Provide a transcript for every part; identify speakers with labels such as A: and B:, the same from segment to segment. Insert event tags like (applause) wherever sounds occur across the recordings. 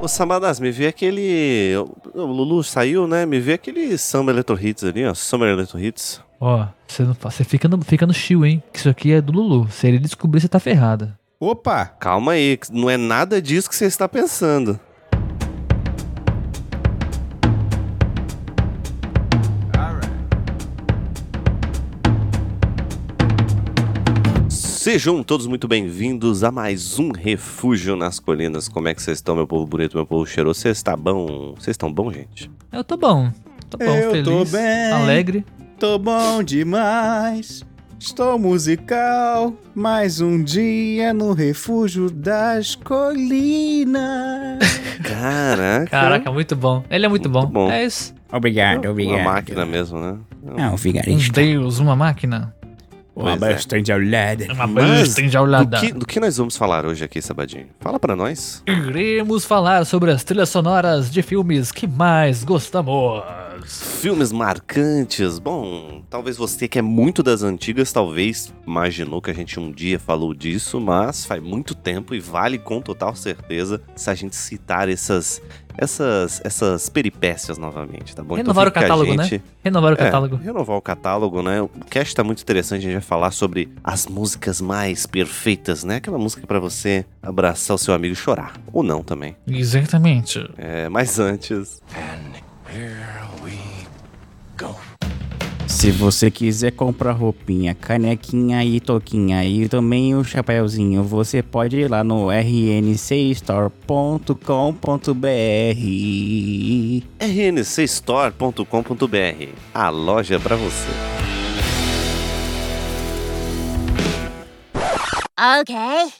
A: Ô, Samadas, me vê aquele. O Lulu saiu, né? Me vê aquele Summer Electro Hits ali, ó. Summer Electro Hits.
B: Ó, você não fa- você fica no, fica no chill, hein? Que isso aqui é do Lulu. Se ele descobrir, você tá ferrada.
C: Opa!
A: Calma aí, que não é nada disso que você está pensando. Sejam todos muito bem-vindos a mais um Refúgio nas Colinas. Como é que vocês estão, meu povo bonito, meu povo cheiroso? Vocês estão bom? Vocês estão bom, gente?
B: Eu tô bom. Tô bom,
C: Eu
B: feliz.
C: tô bem.
B: Alegre.
C: Tô bom demais. Estou musical. Mais um dia no refúgio das colinas.
A: Caraca.
B: Caraca, muito bom. Ele é muito,
A: Muito bom.
B: É isso.
C: (laughs) Obrigado,
A: Uma máquina mesmo, né?
C: é. Não,
B: Um
C: vigarista.
B: Deus, uma máquina.
C: Uma
A: Pois é.
C: besta enjaulada.
B: Uma
A: Mas,
B: besta
A: Do
B: enjaulada.
A: que, do que nós vamos falar hoje aqui, Sabadinho? Fala pra nós.
B: Iremos falar sobre as trilhas sonoras de filmes que mais gostamos.
A: Filmes marcantes. Bom, talvez você que é muito das antigas, talvez imaginou que a gente um dia falou disso, mas faz muito tempo e vale com total certeza se a gente citar essas essas essas peripécias novamente, tá bom?
B: Renovar o
A: fica com a
B: catálogo, né? Renovar o
A: É,
B: catálogo.
A: renovar o catálogo, né? O cast tá muito interessante, a gente vai falar sobre as músicas mais perfeitas, né? Aquela música pra você abraçar o seu amigo e chorar. Ou não também.
B: Exatamente.
A: É, mas antes,
C: Se você quiser comprar roupinha, canequinha e toquinha e também o chapéuzinho, você pode ir lá no rncstore.com.br.
A: rncstore.com.br. A loja é pra você.
D: Okay.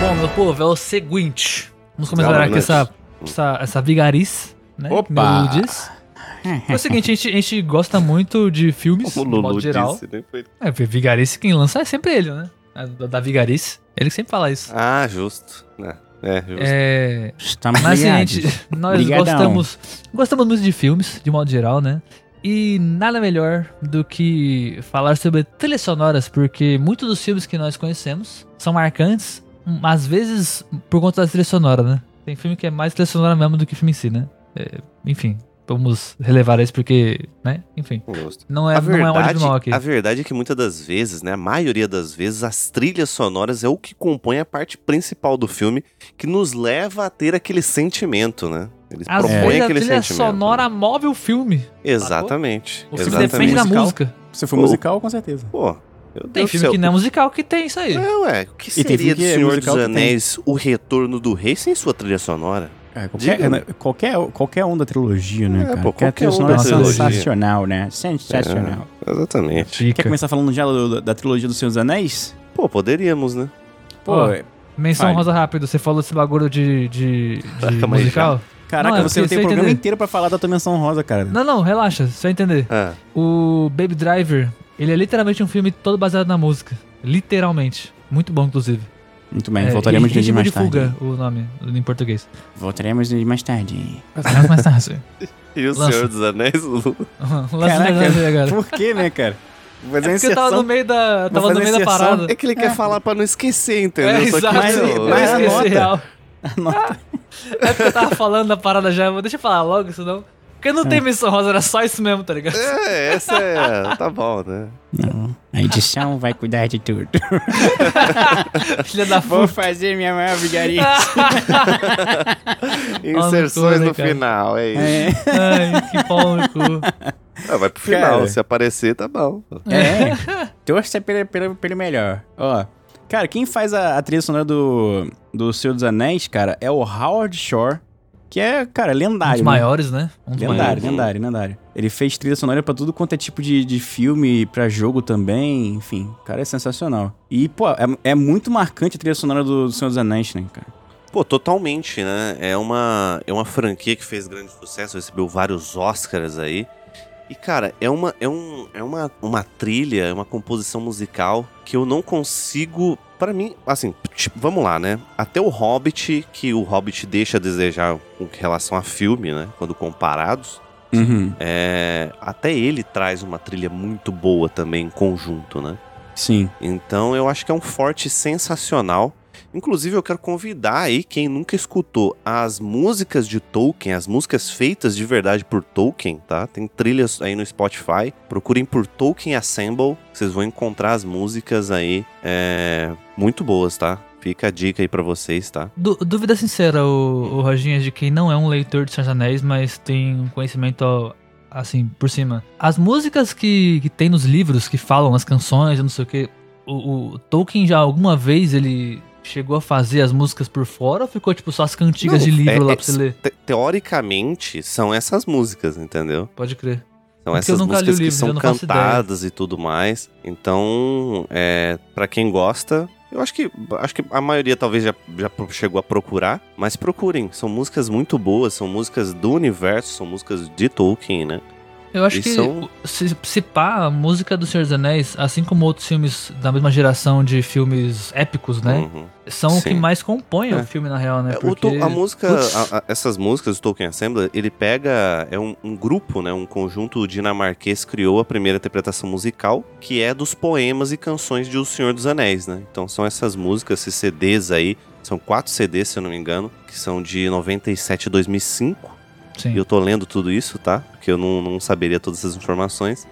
B: Bom, meu povo, é o seguinte. Vamos começar
A: Fala,
B: aqui
A: Alex.
B: essa, essa, essa vigarice, né? que
C: Opa!
B: meu
A: (laughs)
B: Lulu diz. É o seguinte, a gente, a gente gosta muito de filmes,
A: Como (laughs) o
B: no modo
A: Lulu
B: geral.
A: disse, né? Foi-
B: É, porque vigarice quem lança é sempre ele, né? A- Da, da vigarice. Ele que sempre fala isso.
A: Ah, justo. É, é justo.
B: É,
C: Estamos
B: mas,
C: ligados.
B: gente, nós
C: Ligadão.
B: gostamos, gostamos muito de filmes, de modo geral, né? E nada melhor do que falar sobre trilhas sonoras, porque muitos dos filmes que nós conhecemos são marcantes, hum, às vezes por conta da trilha sonora, né? Tem filme que é mais trilha sonora mesmo do que filme em si, né? É, enfim, vamos relevar isso porque, né? Enfim,
A: Justo.
B: não
A: A
B: é, não é um
A: verdade,
B: áudio mal aqui.
A: a verdade é que muitas das vezes, né, a maioria das vezes, as trilhas sonoras é o que compõe a parte principal do filme, que nos leva a ter aquele sentimento, né? Eles
B: Às
A: propõem
B: vezes a
A: aquele
B: trilha
A: sentimento. né?
B: sonora move o filme.
A: Exatamente.
B: O filme
A: exatamente.
B: depende da
C: Musical.
B: música.
C: Se for
A: Pô.
C: musical, com certeza.
A: Pô, meu
B: Tem
A: Deus
B: filme
A: do céu.
B: que não é musical que tem isso aí.
A: Não, é. O que
C: E tem
A: seria
C: filme
A: do
C: que é
A: Senhor dos
C: musical que tem.
A: Anéis, o retorno do rei, sem sua trilha sonora?
C: É,
A: Diga.
C: qualquer, né, qualquer, qualquer um da trilogia,
A: É,
C: né, cara?
A: pô,
C: qualquer
A: qualquer um
C: trilha
A: da
C: sonora é
B: trilogia.
C: sensacional, né? Sensacional.
A: Exatamente.
C: Quer
B: Fica.
C: começar falando já do- do- da trilogia dos Senhor dos Anéis?
A: Pô, poderíamos, né?
C: Pô,
B: Ó, Menção
C: Fale.
B: rosa rápido, você falou desse bagulho de, de, de
A: Caraca, mas
B: musical?
C: caraca,
B: não, eu
C: você tem
B: pensei
C: um programa
B: entender.
C: inteiro pra falar da tua menção rosa, cara.
B: Não, não, relaxa, você vai entender.
A: Ah,
B: O Baby Driver, ele é literalmente um filme todo baseado na música. Literalmente. Muito bom, inclusive.
C: Muito bem,
B: É,
C: voltaremos
B: e-
C: nele
B: Ritmo
C: mais
B: de
C: tarde.
B: fuga, o nome em
C: (laughs)
B: português.
C: Voltaremos nele mais tarde.
B: Mais tarde.
A: e o
B: Lança.
A: Senhor dos Anéis, Lulu?
B: Lança
C: Caraca.
B: mais tarde agora.
C: Por que, né, cara? Mas
B: É porque eu tava no meio da, eu tava
C: fazer
B: no meio da
C: inserção.
B: parada.
A: É que ele quer falar pra não esquecer, entendeu?
B: É,
A: Só que
B: exato.
C: mais-
B: eu
A: não,
C: mais
A: é,
B: esqueci
C: nota.
B: real.
C: Anota.
B: (laughs) É porque eu tava falando da parada já, mas deixa eu falar logo, senão... Porque não
C: É.
B: tem missão rosa, era só isso mesmo, tá
C: (laughs)
B: ligado?
A: é, essa é. Tá bom, né?
C: Não, a edição vai cuidar de tudo.
B: Filha da puta.
C: Vou fazer minha (laughs) maior vigarista.
A: Inserções
B: né,
A: no
B: cara?
A: final, é isso.
C: É,
B: Ai, que pau no (laughs) cu.
A: Ah, vai pro final,
C: Cara.
A: se aparecer, tá bom.
C: é. Torça pelo, pelo, pelo melhor. Ó, cara, quem faz a, a trilha sonora do, do Senhor dos Anéis, cara, é o Howard Shore, que é, cara,
B: Um
C: lendário.
B: dos
C: né?
B: maiores, né? Um dos
C: Lendário,
B: maiores.
A: Uhum.
C: lendário, lendário. Ele fez trilha sonora pra tudo quanto é tipo de, de filme, pra jogo também, enfim. Cara, é sensacional. E, pô, é, é muito marcante a trilha sonora do, do Senhor dos Anéis, né, cara?
A: Pô, totalmente, né? É uma, é uma franquia que fez grande sucesso, recebeu vários Oscars aí. E, cara, é uma, é um, é uma, uma trilha, é uma composição musical que eu não consigo Pra mim, assim, tipo, vamos lá, né? Até o Hobbit, que o Hobbit deixa a desejar com relação a filme, né? Quando comparados,
C: Uhum.
A: é, até ele traz uma trilha muito boa também em conjunto, né?
C: Sim.
A: Então eu acho que é um forte sensacional. Inclusive, eu quero convidar aí quem nunca escutou as músicas de Tolkien, as músicas feitas de verdade por Tolkien, tá? Tem trilhas aí no Spotify. Procurem por Tolkien Assemble, que vocês vão encontrar as músicas aí é, muito boas, tá? Fica a dica aí pra vocês, tá?
B: Du- dúvida sincera, o, o Roginhas, de quem não é um leitor de Senhor dos Anéis, mas tem um conhecimento ó, assim, por cima. As músicas que, que tem nos livros, que falam as canções, eu não sei o que, o, o Tolkien já alguma vez ele chegou a fazer as músicas por fora ou ficou tipo só as cantigas
A: Não,
B: de livro
A: é-
B: lá
A: é-
B: pra você ler?
A: Te- teoricamente, são essas músicas, entendeu?
B: Pode crer.
A: São
B: Porque eu
A: essas
B: nunca li o
A: músicas que
B: livro, eu
A: são
B: não faço ideia.
A: cantadas e tudo mais. Então, é, para quem gosta, eu acho que acho que a maioria talvez já, já pro- chegou a procurar, mas procurem. São músicas muito boas, são músicas do universo, são músicas de Tolkien, né?
B: Eu acho
A: E
B: que
A: são-
B: se, se pá, a música do Senhor dos Anéis, assim como outros filmes da mesma geração de filmes épicos, né?
A: Uhum.
B: São o que
A: sim.
B: mais compõem
A: É.
B: o filme, na real, né?
A: É, o Tol- a música,
B: Putz.
A: a- a- essas músicas do Tolkien Assembly, ele pega é um, um grupo, né? Um conjunto dinamarquês criou a primeira interpretação musical que é dos poemas e canções de O Senhor dos Anéis, né? Então são essas músicas, esses CDs aí São quatro CDs, se eu não me engano, que são de 97 a 2005.
B: Sim.
A: E eu tô lendo tudo isso, tá? Porque eu não, não saberia todas essas informações.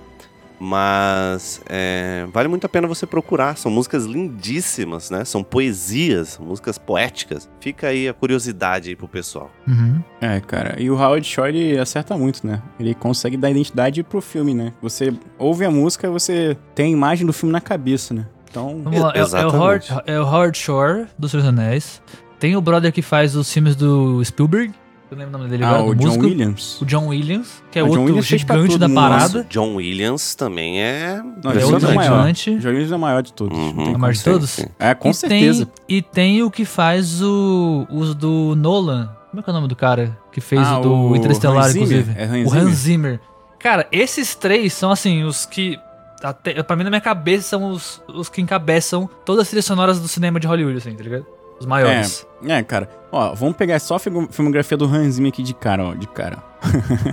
A: Mas é, vale muito a pena você procurar. São músicas lindíssimas, né? São poesias, músicas poéticas. Fica aí a curiosidade aí pro pessoal.
B: Uhum.
C: É, cara. E o Howard Shore ele acerta muito, né? Ele consegue dar identidade pro filme, né? Você ouve a música, você tem a imagem do filme na cabeça, né? Então.
B: Vamos lá, é, é o Howard,
A: Exatamente.
B: é o Howard Shore, do Senhor dos Anéis. Tem o brother que faz os filmes do Spielberg, eu lembro o nome dele
C: Ah,
B: agora, do
C: o John
B: músico.
C: Williams.
B: O John Williams, que é
C: O John
B: outro
C: Williams fez pra
B: gigante
C: tudo,
B: da
C: nossa.
A: Nossa, o
B: parada.
A: John Williams também é.
C: Não,
B: É outro
C: ele é o
A: impressionante.
C: maior.
B: gigante.
C: O John Williams é o maior de todos.
A: Uhum.
C: não tem
B: É o maior de
C: como.
B: todos?
A: Sim.
C: É, com
B: E
C: certeza.
B: Tem, e tem o que faz o, os do Nolan. Como é que é o nome do cara que fez
C: Ah,
B: o do
C: o
B: Interestelar,
C: Hans Zimmer?
B: inclusive?
C: É Hans
B: o Hans
C: Zimmer?
B: Zimmer. Cara, esses três são assim, os que. Até, pra mim, na minha cabeça, são os, os que encabeçam todas as trilhas sonoras do cinema de Hollywood, assim, tá ligado? Os maiores.
C: É, cara. Ó, vamos pegar só a figu- filmografia do Hans Zimmer aqui de cara, ó. De cara. (laughs)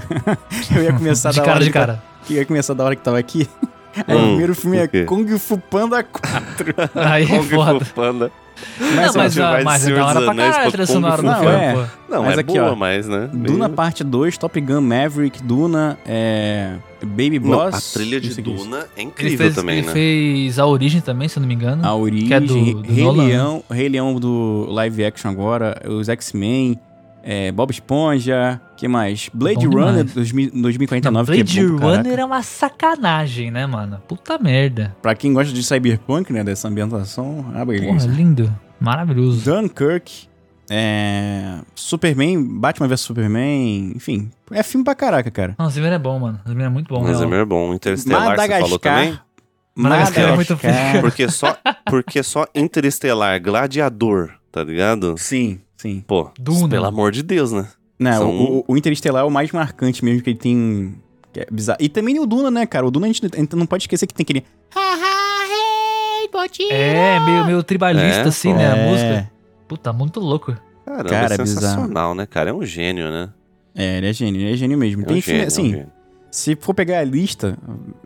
C: Eu ia começar
B: de
C: da
B: cara,
C: hora
B: de
C: que- (laughs)
B: cara.
C: Eu ia começar da hora que tava aqui. (laughs) Aí o
A: Hum,
C: primeiro filme
A: o quê?
C: é Kung Fu Panda 4.
B: Aí é
A: Kung Fu
B: foda.
A: Panda.
B: Não,
C: Mas,
B: mas,
A: ó,
B: ah,
A: vai
B: mas é
A: Senhor
B: da hora
A: dos
B: pra
A: Anéis
B: caralho a
A: pra
B: trilha
A: Kung
B: sonora
A: Fu
B: do
C: Panda.
B: filme,
C: Não, é.
B: pô.
A: Não,
C: Mas
A: é
C: aqui,
A: boa,
C: ó,
A: mas, né?
C: Duna
A: Meio-
C: Parte 2, Top Gun, Maverick, Duna, é, Baby
A: Não,
C: Boss.
A: a trilha
C: não
A: de
C: sei o que é isso.
A: Duna é
B: Ele,
A: incrível
B: fez,
A: também,
B: ele
A: né?
B: fez A Origem também, se eu não me engano.
C: A Origem,
B: Que é do- do
C: Rei,
B: Nolan, né?
C: Leão, Rei Leão do live action agora, os X-Men, é, Bob Esponja, que mais? Blade
B: Bom
C: Runner
B: demais.
C: 2000
B: Não,
C: 2049, que
B: Blade
C: é bom pra caraca.
B: Runner é uma sacanagem, né, mano? Puta merda.
C: Pra quem gosta de cyberpunk, né, dessa ambientação,
B: Porra,
C: ah, beleza.
B: lindo. Maravilhoso.
C: Dunkirk, é, Superman, Batman vs Superman, enfim, é filme pra caraca, cara.
B: Não, Zimmer é bom, mano. Zimmer é muito bom.
A: Mas é
B: real.
A: meio bom. Interestelar, você falou também?
B: Madagascar é muito
A: (laughs)
C: Madagascar.
A: Porque só, porque só Interestelar, Gladiador, tá ligado?
C: Sim, sim.
A: Pô,
B: Duna.
A: pelo amor de Deus, né?
C: Não,
A: São-
C: o, o Interestelar é o mais marcante mesmo, que ele tem. Que é bizarro. E também o Duna, né, cara? O Duna a gente, a gente não pode esquecer que tem aquele.
B: É, meio, meio tribalista,
A: É,
B: assim,
A: pô.
B: né? A
C: É.
B: música. Puta, muito louco.
A: Caramba,
C: Cara,
A: é
C: bizarro.
A: sensacional, né, cara? É um gênio, né?
C: É, ele é gênio, ele é gênio mesmo.
A: É um
C: tem
A: gênio,
C: filme,
A: é um
C: assim,
A: gênio.
C: se for pegar a lista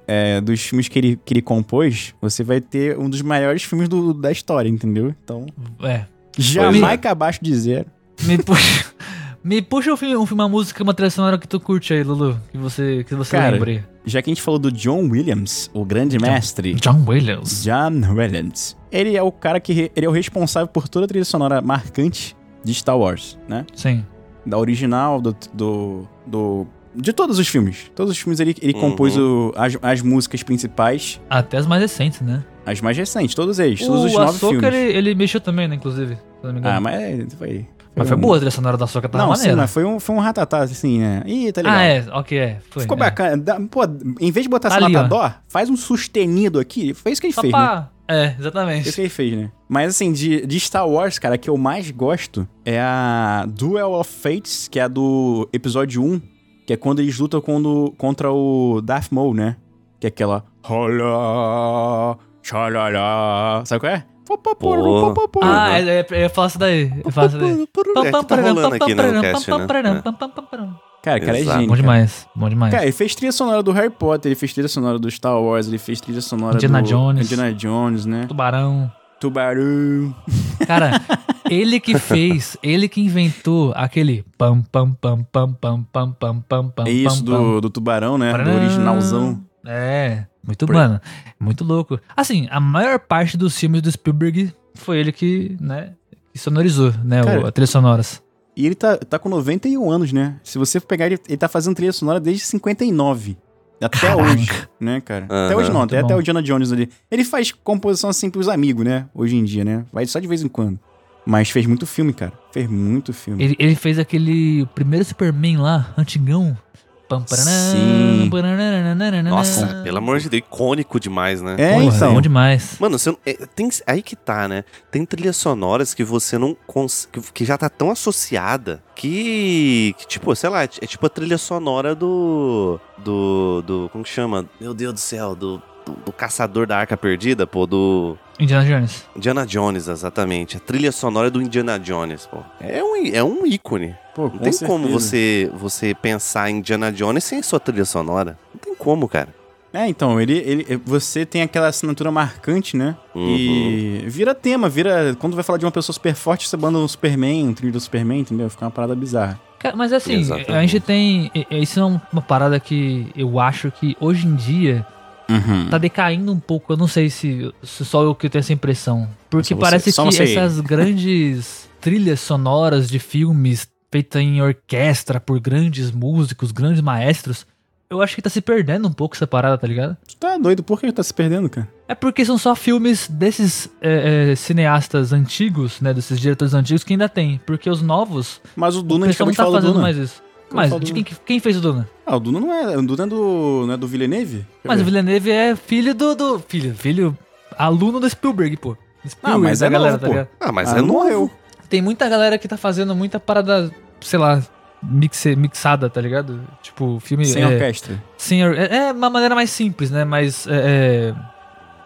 C: é, dos filmes que ele, que ele compôs, você vai ter um dos maiores filmes do- da história, entendeu? Então,
B: É.
C: Jamaica abaixo de zero.
B: Me (laughs) puxa. Me puxa um filme, um filme, uma música, uma trilha sonora que tu curte aí, Lulu. Que você, que você
C: Cara.
B: lembre.
C: Já que a gente falou do John Williams, o grande mestre.
B: John Williams.
C: John Williams. Ele é o cara que. re- Ele é o responsável por toda a trilha sonora marcante de Star Wars, né?
B: Sim.
C: da original, do, do, do- de todos os filmes. Todos os filmes ele, ele
A: Uhum.
C: compôs o- as, as músicas principais,
B: Até as mais recentes, né?
C: as mais recentes, todos eles, todos os
B: o
C: nove
B: Ahsoka,
C: filmes.
B: ele, ele mexeu também, né, inclusive. Se eu não me engano.
C: Ah, mas é, foi.
B: mas foi
C: um-
B: boa a trilha sonora da Ahsoka, tá
C: Não, sim,
B: maneira.
C: mas foi um, foi um ratatá, assim, né? Ih, tá legal.
B: ah, é, ok, é. Foi,
C: Ficou
B: é.
C: bacana. Dá- pô, em vez de botar
B: Tá
C: essa
B: ali, ó.
C: matador, faz um sustenido aqui. Foi isso que ele
B: Só
C: fez, né?
B: pra... É, exatamente.
C: Foi isso que ele fez, né? Mas assim, de, de Star Wars, cara, a que eu mais gosto é a Duel of Fates, que é a do episódio 1, que é quando eles lutam quando, contra o Darth Maul, né? Que é aquela. Olá, xalala. Sabe qual é?
A: Pô.
B: Ah, é, é, eu faço daí. Eu faço daí.
A: É que tá rolando aqui no cast, né? É.
C: Cara, cara, é
A: Exato.
C: gênio.
B: Bom
C: cara.
B: demais, bom demais.
C: Cara, ele fez trilha sonora do Harry Potter, ele fez trilha sonora do Star Wars, ele fez trilha sonora
B: Indiana
C: do...
B: Jones.
C: Indiana Jones, né?
B: Tubarão.
C: Tubarão.
B: Cara, ele
C: (laughs)
B: que fez, ele que inventou aquele pam pam pam pam pam pam pam pam pam.
C: É isso,
B: pam, pam.
C: do, do Tubarão, né? Do
B: Tcharam.
C: originalzão.
B: É, muito
C: Por-
B: mano, muito louco. Assim, a maior parte dos filmes do Spielberg foi ele que, né, que sonorizou, né,
C: Cara,
B: o, a trilha sonoras.
C: E ele tá, tá com 91 anos, né? Se você pegar, ele, ele tá fazendo trilha sonora desde 59. Até
B: Caraca.
C: hoje, né, cara? Até
A: Aham.
C: hoje não, até,
B: Muito
C: até
B: bom.
C: o Indiana Jones ali. Ele faz composição assim pros amigos, né? Hoje em dia, né? Vai só de vez em quando. Mas fez muito filme, cara. Fez muito filme.
B: Ele, ele fez aquele primeiro Superman lá, antigão. Pam, paranã,
C: Sim. um
B: paranananananana.
A: Nossa, pelo amor de Deus, icônico demais, né?
C: É,
B: Porra, um
C: então.
B: bom demais.
A: Mano, você não- é, tem, aí que tá, né? Tem trilhas sonoras que você não cons, que, que já tá tão associada que, que, tipo, sei lá, é tipo a trilha sonora do do do como que chama? Meu Deus do céu, do do, do caçador da arca perdida, pô, do
B: Indiana Jones.
A: Indiana Jones, exatamente. A trilha sonora do Indiana Jones, pô. É um é um ícone.
C: Pô,
A: Não
C: com
A: tem
C: certeza.
A: como você você pensar em Indiana Jones sem sua trilha sonora. Não tem como, cara.
C: É, então, ele, ele, você tem aquela assinatura marcante, né? E
A: Uhum.
C: vira tema, vira. Quando vai falar de uma pessoa super forte, você manda um Superman, um trilho do Superman, entendeu? Fica uma parada bizarra.
B: Cara, Mas assim,
A: Exatamente.
B: a gente tem. e- e Isso é um- uma parada que eu acho que hoje em dia
C: Uhum.
B: tá decaindo um pouco. Eu não sei se, se só eu que tenho essa impressão. Porque
C: Só você-
B: parece
C: só
B: que
C: você. (laughs)
B: essas grandes trilhas sonoras de filmes feitas em orquestra por grandes músicos, grandes maestros, eu acho que tá se perdendo um pouco essa parada, tá ligado?
C: Tu tá doido? Por que tá se perdendo, cara?
B: É porque são só filmes desses é, é, cineastas antigos, né? Desses diretores antigos que ainda tem. Porque os novos,
C: Mas o Duna,
B: o
C: a gente
B: pessoal
C: acabou
B: não
C: de
B: tá
C: falar do
B: fazendo
C: Duna.
B: mais isso.
C: Acabou de
B: Mas
C: falar do
B: de
C: Duna.
B: quem, quem fez o Duna?
C: Ah, o Duna não é. O Duna é do. Não é do Villeneuve? Deixa eu
B: Mas o
C: ver.
B: Villeneuve é filho do, do- Filho, filho. Aluno do Spielberg, pô. Spielberg
C: mas
B: da tá
C: é novo, pô.
A: Ah, mas
C: Ah,
A: é
C: não
A: novo.
C: morreu.
B: tem muita galera que tá fazendo muita parada, sei lá, mixe- mixada, tá ligado? Tipo, filme.
C: Sem
B: é,
C: orquestra.
B: sem or- é, é uma maneira mais simples, né? Mas é, é,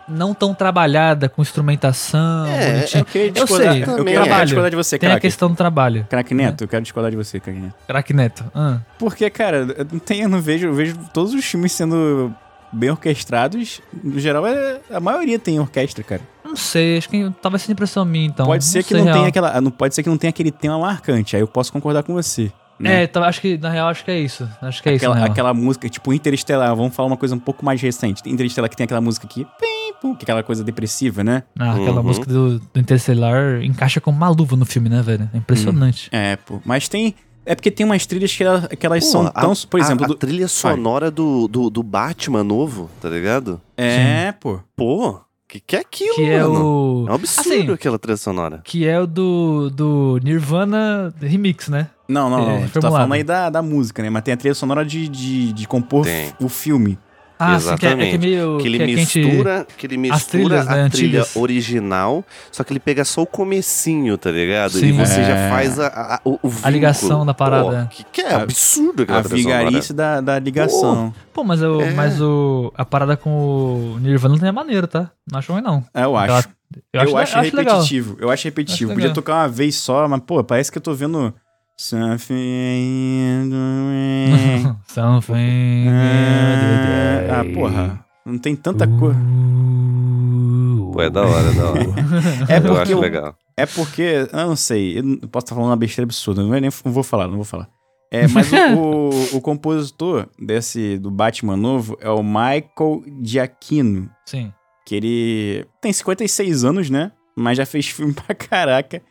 B: não tão trabalhada com instrumentação.
A: É,
B: bonitinho.
A: é,
C: ok,
B: eu sei,
C: Eu
A: também
C: quero, eu quero
B: trabalho.
C: discordar de você,
B: tem a
C: craque.
B: questão do trabalho.
C: Craque Neto, eu quero discordar de você, craque Neto.
B: Crack Neto. ah.
C: Porque, cara, eu não, tenho, eu não vejo. Eu vejo todos os filmes sendo bem orquestrados. No geral, é, a maioria tem orquestra, cara.
B: Não sei, acho que talvez seja impressão minha, então.
C: pode ser que
B: sei
C: não
B: real.
C: tenha aquela. ah, Não, pode ser que não tenha aquele tema marcante. Aí eu posso concordar com você. né?
B: É, então, acho que, na real, acho que é isso. Acho que é
C: aquela,
B: isso, né?
C: aquela música, tipo Interestelar, vamos falar uma coisa um pouco mais recente. Interestelar que tem aquela música aqui, pim, pum, que é aquela coisa depressiva, né?
B: Ah, aquela
A: Uhum.
B: música do, do Interstellar encaixa como uma luva no filme, né, velho? É impressionante.
C: É, pô. Mas tem. É porque tem umas trilhas que, ela- que elas
A: Pô,
C: são
A: a-
C: tão. por
A: a-
C: exemplo,
A: a,
C: do-
A: trilha sonora do, do, do Batman novo, tá ligado?
C: É, pô.
A: Pô, que que é
C: Hum.
A: aquilo,
B: Que é
A: mano?
B: o.
A: É um absurdo
B: Assim,
A: aquela trilha sonora.
B: Que é o do, do Nirvana Remix, né?
C: Não, não,
B: É,
C: não. tu tá
B: formulado.
C: falando aí da, da música, né? Mas tem a trilha sonora de, de, de compor
A: Tem.
C: o filme.
B: Ah, sim, que é, é que é
A: Exatamente.
B: meio.
A: Que ele
B: é a gente-
A: mistura, que ele mistura
B: As trilhas,
A: a
B: né,
A: trilha
B: antigas.
A: original, só que ele pega só o comecinho, tá ligado? E
B: Sim.
A: você já
C: É.
A: faz a, a- o, o vínculo.
B: ligação da
A: Pô,
B: parada.
A: que, que é
C: A-
A: absurdo aquela
C: A
A: trilha sonora.
C: vigarice da, da ligação.
B: Pô, mas, o,
A: É.
B: mas o, a parada com o Nirvana não é maneiro, tá? Não acho ruim, não.
C: É, eu
B: Aquela-
C: acho.
B: Eu, acho, acho legal.
C: repetitivo. Eu acho repetitivo.
B: Acho
C: Podia
B: legal.
C: tocar uma vez só, mas, pô, parece que eu
B: (laughs)
C: tô vendo. Something.
B: Something.
C: ah, porra. Uh. Não tem tanta
A: (laughs)
C: coisa.
A: Pô, é da hora, é da
B: (laughs)
A: hora.
C: É
A: Eu
C: porque
A: acho
C: eu,
A: legal.
C: É porque, eu não sei, eu não- posso estar falando uma besteira absurda, não, é nem, não vou falar, não vou falar. É, mas o,
A: (laughs)
C: o- o compositor desse, do Batman novo é o Michael Giacchino,
B: Sim.
C: que ele tem 56 anos, né? Mas já fez filme (laughs) pra caraca.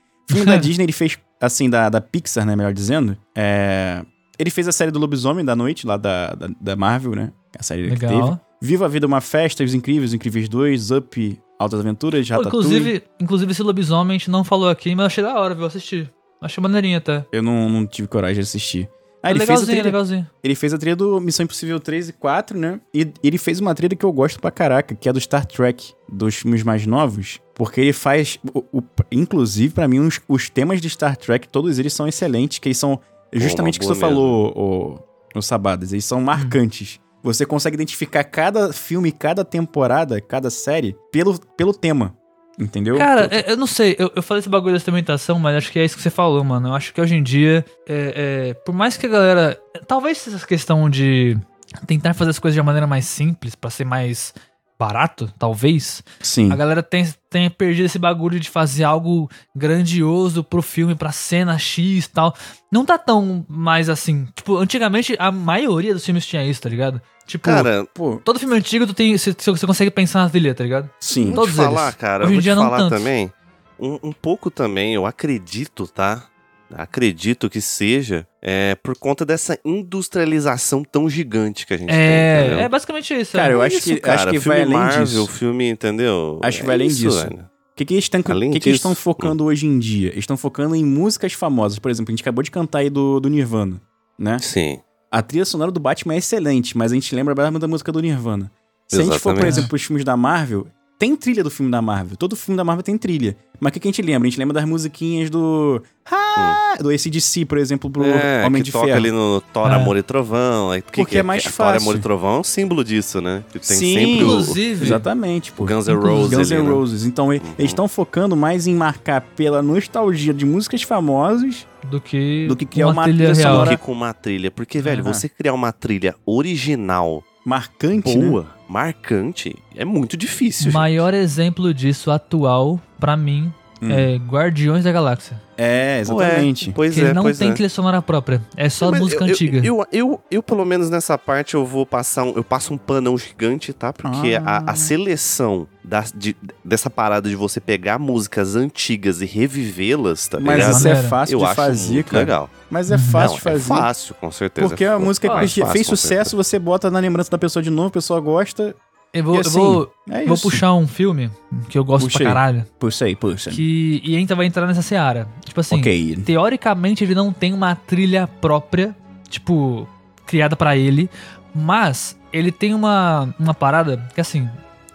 A: (laughs)
C: Filme da Disney ele fez, assim, da, da Pixar, né, melhor dizendo. É, ele fez a série do Lobisomem da Noite, lá da, da, da Marvel, né? A série que teve.
B: Legal.
C: Viva a Vida é uma Festa, Os Incríveis, Os Incríveis 2, Up, Altas Aventuras,
B: Pô,
C: Ratatouille.
B: inclusive, inclusive, esse lobisomem a gente não falou aqui, mas eu achei da hora, viu? Eu Assisti. Achei maneirinha até.
C: Eu não, não tive coragem de assistir. Ah,
B: É
C: ele, fez a
B: legalzinho,
C: trilha,
B: legalzinho.
C: ele fez a trilha do Missão Impossível 3 e 4, né? E ele fez uma trilha que eu gosto pra caraca, que é do Star Trek, dos filmes mais novos. Porque ele faz. o- o- inclusive, pra mim, os, os temas de Star Trek, todos eles são excelentes, que eles são justamente o que
A: boa
C: você
A: mesmo.
C: falou, o, o Sabadas. Eles são marcantes. Você consegue identificar cada filme, cada temporada, cada série, pelo, pelo tema. Entendeu?
B: Cara, é,
C: Então,
B: eu, eu não sei, eu, eu falei esse bagulho da experimentação, mas acho que é isso que você falou, mano. Eu acho que hoje em dia, é, é, por mais que a galera. Talvez essa questão de tentar fazer as coisas de uma maneira mais simples, pra ser mais barato, talvez.
C: Sim.
B: A galera tem, tem perdido esse bagulho de fazer algo grandioso pro filme, pra cena X e tal. Não tá tão mais assim. Tipo, antigamente a maioria dos filmes tinha isso, tá ligado? Tipo,
A: Cara,
C: Pô,
B: todo filme antigo tu tem, você, você consegue pensar na trilha, tá ligado?
C: sim.
A: vou te
B: Todos
A: falar,
B: eles.
A: cara,
B: Hoje em
A: vou te
B: dia não
A: falar
B: tanto.
A: também. Um, um pouco também, eu acredito, tá? Acredito que seja é, por conta dessa industrialização tão gigante que a gente tem. entendeu?
B: É, é basicamente isso. é.
C: Cara, eu
A: É
C: acho
A: isso,
C: que- acho que
A: filme
C: vai além
A: Marvel,
C: disso.
A: filme, entendeu? É
C: Acho que vai além disso.
A: velho.
C: O que, que eles estão
A: Além
C: que que eles
A: disso-
C: estão focando hoje em dia? Eles estão focando em músicas famosas. Por exemplo, a gente acabou de cantar aí do, do Nirvana, né?
A: Sim.
C: A trilha sonora do Batman é excelente, mas a gente lembra mais da música do Nirvana. Se a gente for, por
A: Exatamente.
C: exemplo, os filmes da Marvel, tem trilha do filme da Marvel. Todo filme da Marvel tem trilha. Mas o que, que a gente lembra? A gente lembra das musiquinhas do. Ah! Do ACDC, por exemplo, pro
A: é,
C: Homem
A: que
C: de
A: toca
C: Ferro.
A: ali no Thor,
B: É.
A: Amor e Trovão. Aí,
C: Porque é mais
A: Thor,
C: fácil.
A: Amor e Trovão é um símbolo disso, né? Que tem
C: Sim.
A: sempre o,
B: Inclusive,
C: Exatamente,
A: o
C: pô.
A: Guns N'
B: Inclusive,
A: Roses.
C: Guns N'
A: ali, né?
C: Roses. Então, e-
A: Uhum.
C: eles estão focando mais em marcar pela nostalgia de músicas famosas
B: do que,
C: do que criar uma trilha
A: Do
C: sonora.
A: que com uma trilha. Porque, velho,
C: Aham.
A: você criar uma trilha original,
C: marcante, né?
A: boa, marcante, é muito difícil. gente.
B: Maior exemplo disso atual, pra mim,
C: Hum.
B: é Guardiões da Galáxia.
C: É, exatamente.
A: Pois
B: que
A: é,
B: ele não
A: pois
B: tem
A: é.
B: trilha sonora própria. É só
A: Mas
B: música
A: eu- eu-
B: antiga.
A: Eu, eu, eu, pelo menos nessa parte, eu vou passar um, eu passo um panão gigante, tá? Porque
C: Ah.
A: a, a seleção da- de- dessa parada de você pegar músicas antigas e revivê-las, tá
C: Mas
A: ligado?
C: isso é
B: Maneiro.
C: fácil
A: eu
C: de
A: acho
C: fazer,
A: muito
C: cara.
A: legal.
C: Mas é
B: Não,
C: fácil de
A: Não, é
C: fazer.
A: fácil, com certeza.
C: Porque a música que
A: mais fácil,
C: fez
A: com
C: sucesso, você bota na lembrança da pessoa de novo, a pessoa gosta.
B: Eu vou,
C: e
B: eu
C: assim,
B: vou,
C: É isso.
B: vou puxar um filme que eu gosto
C: Puxa
B: pra
C: aí.
B: caralho.
C: Puxa aí, puxa.
B: Que, e ainda vai entrar nessa seara. Tipo assim,
C: Ok.
B: teoricamente ele não tem uma trilha própria, tipo, criada pra ele, mas ele tem uma, uma parada que assim,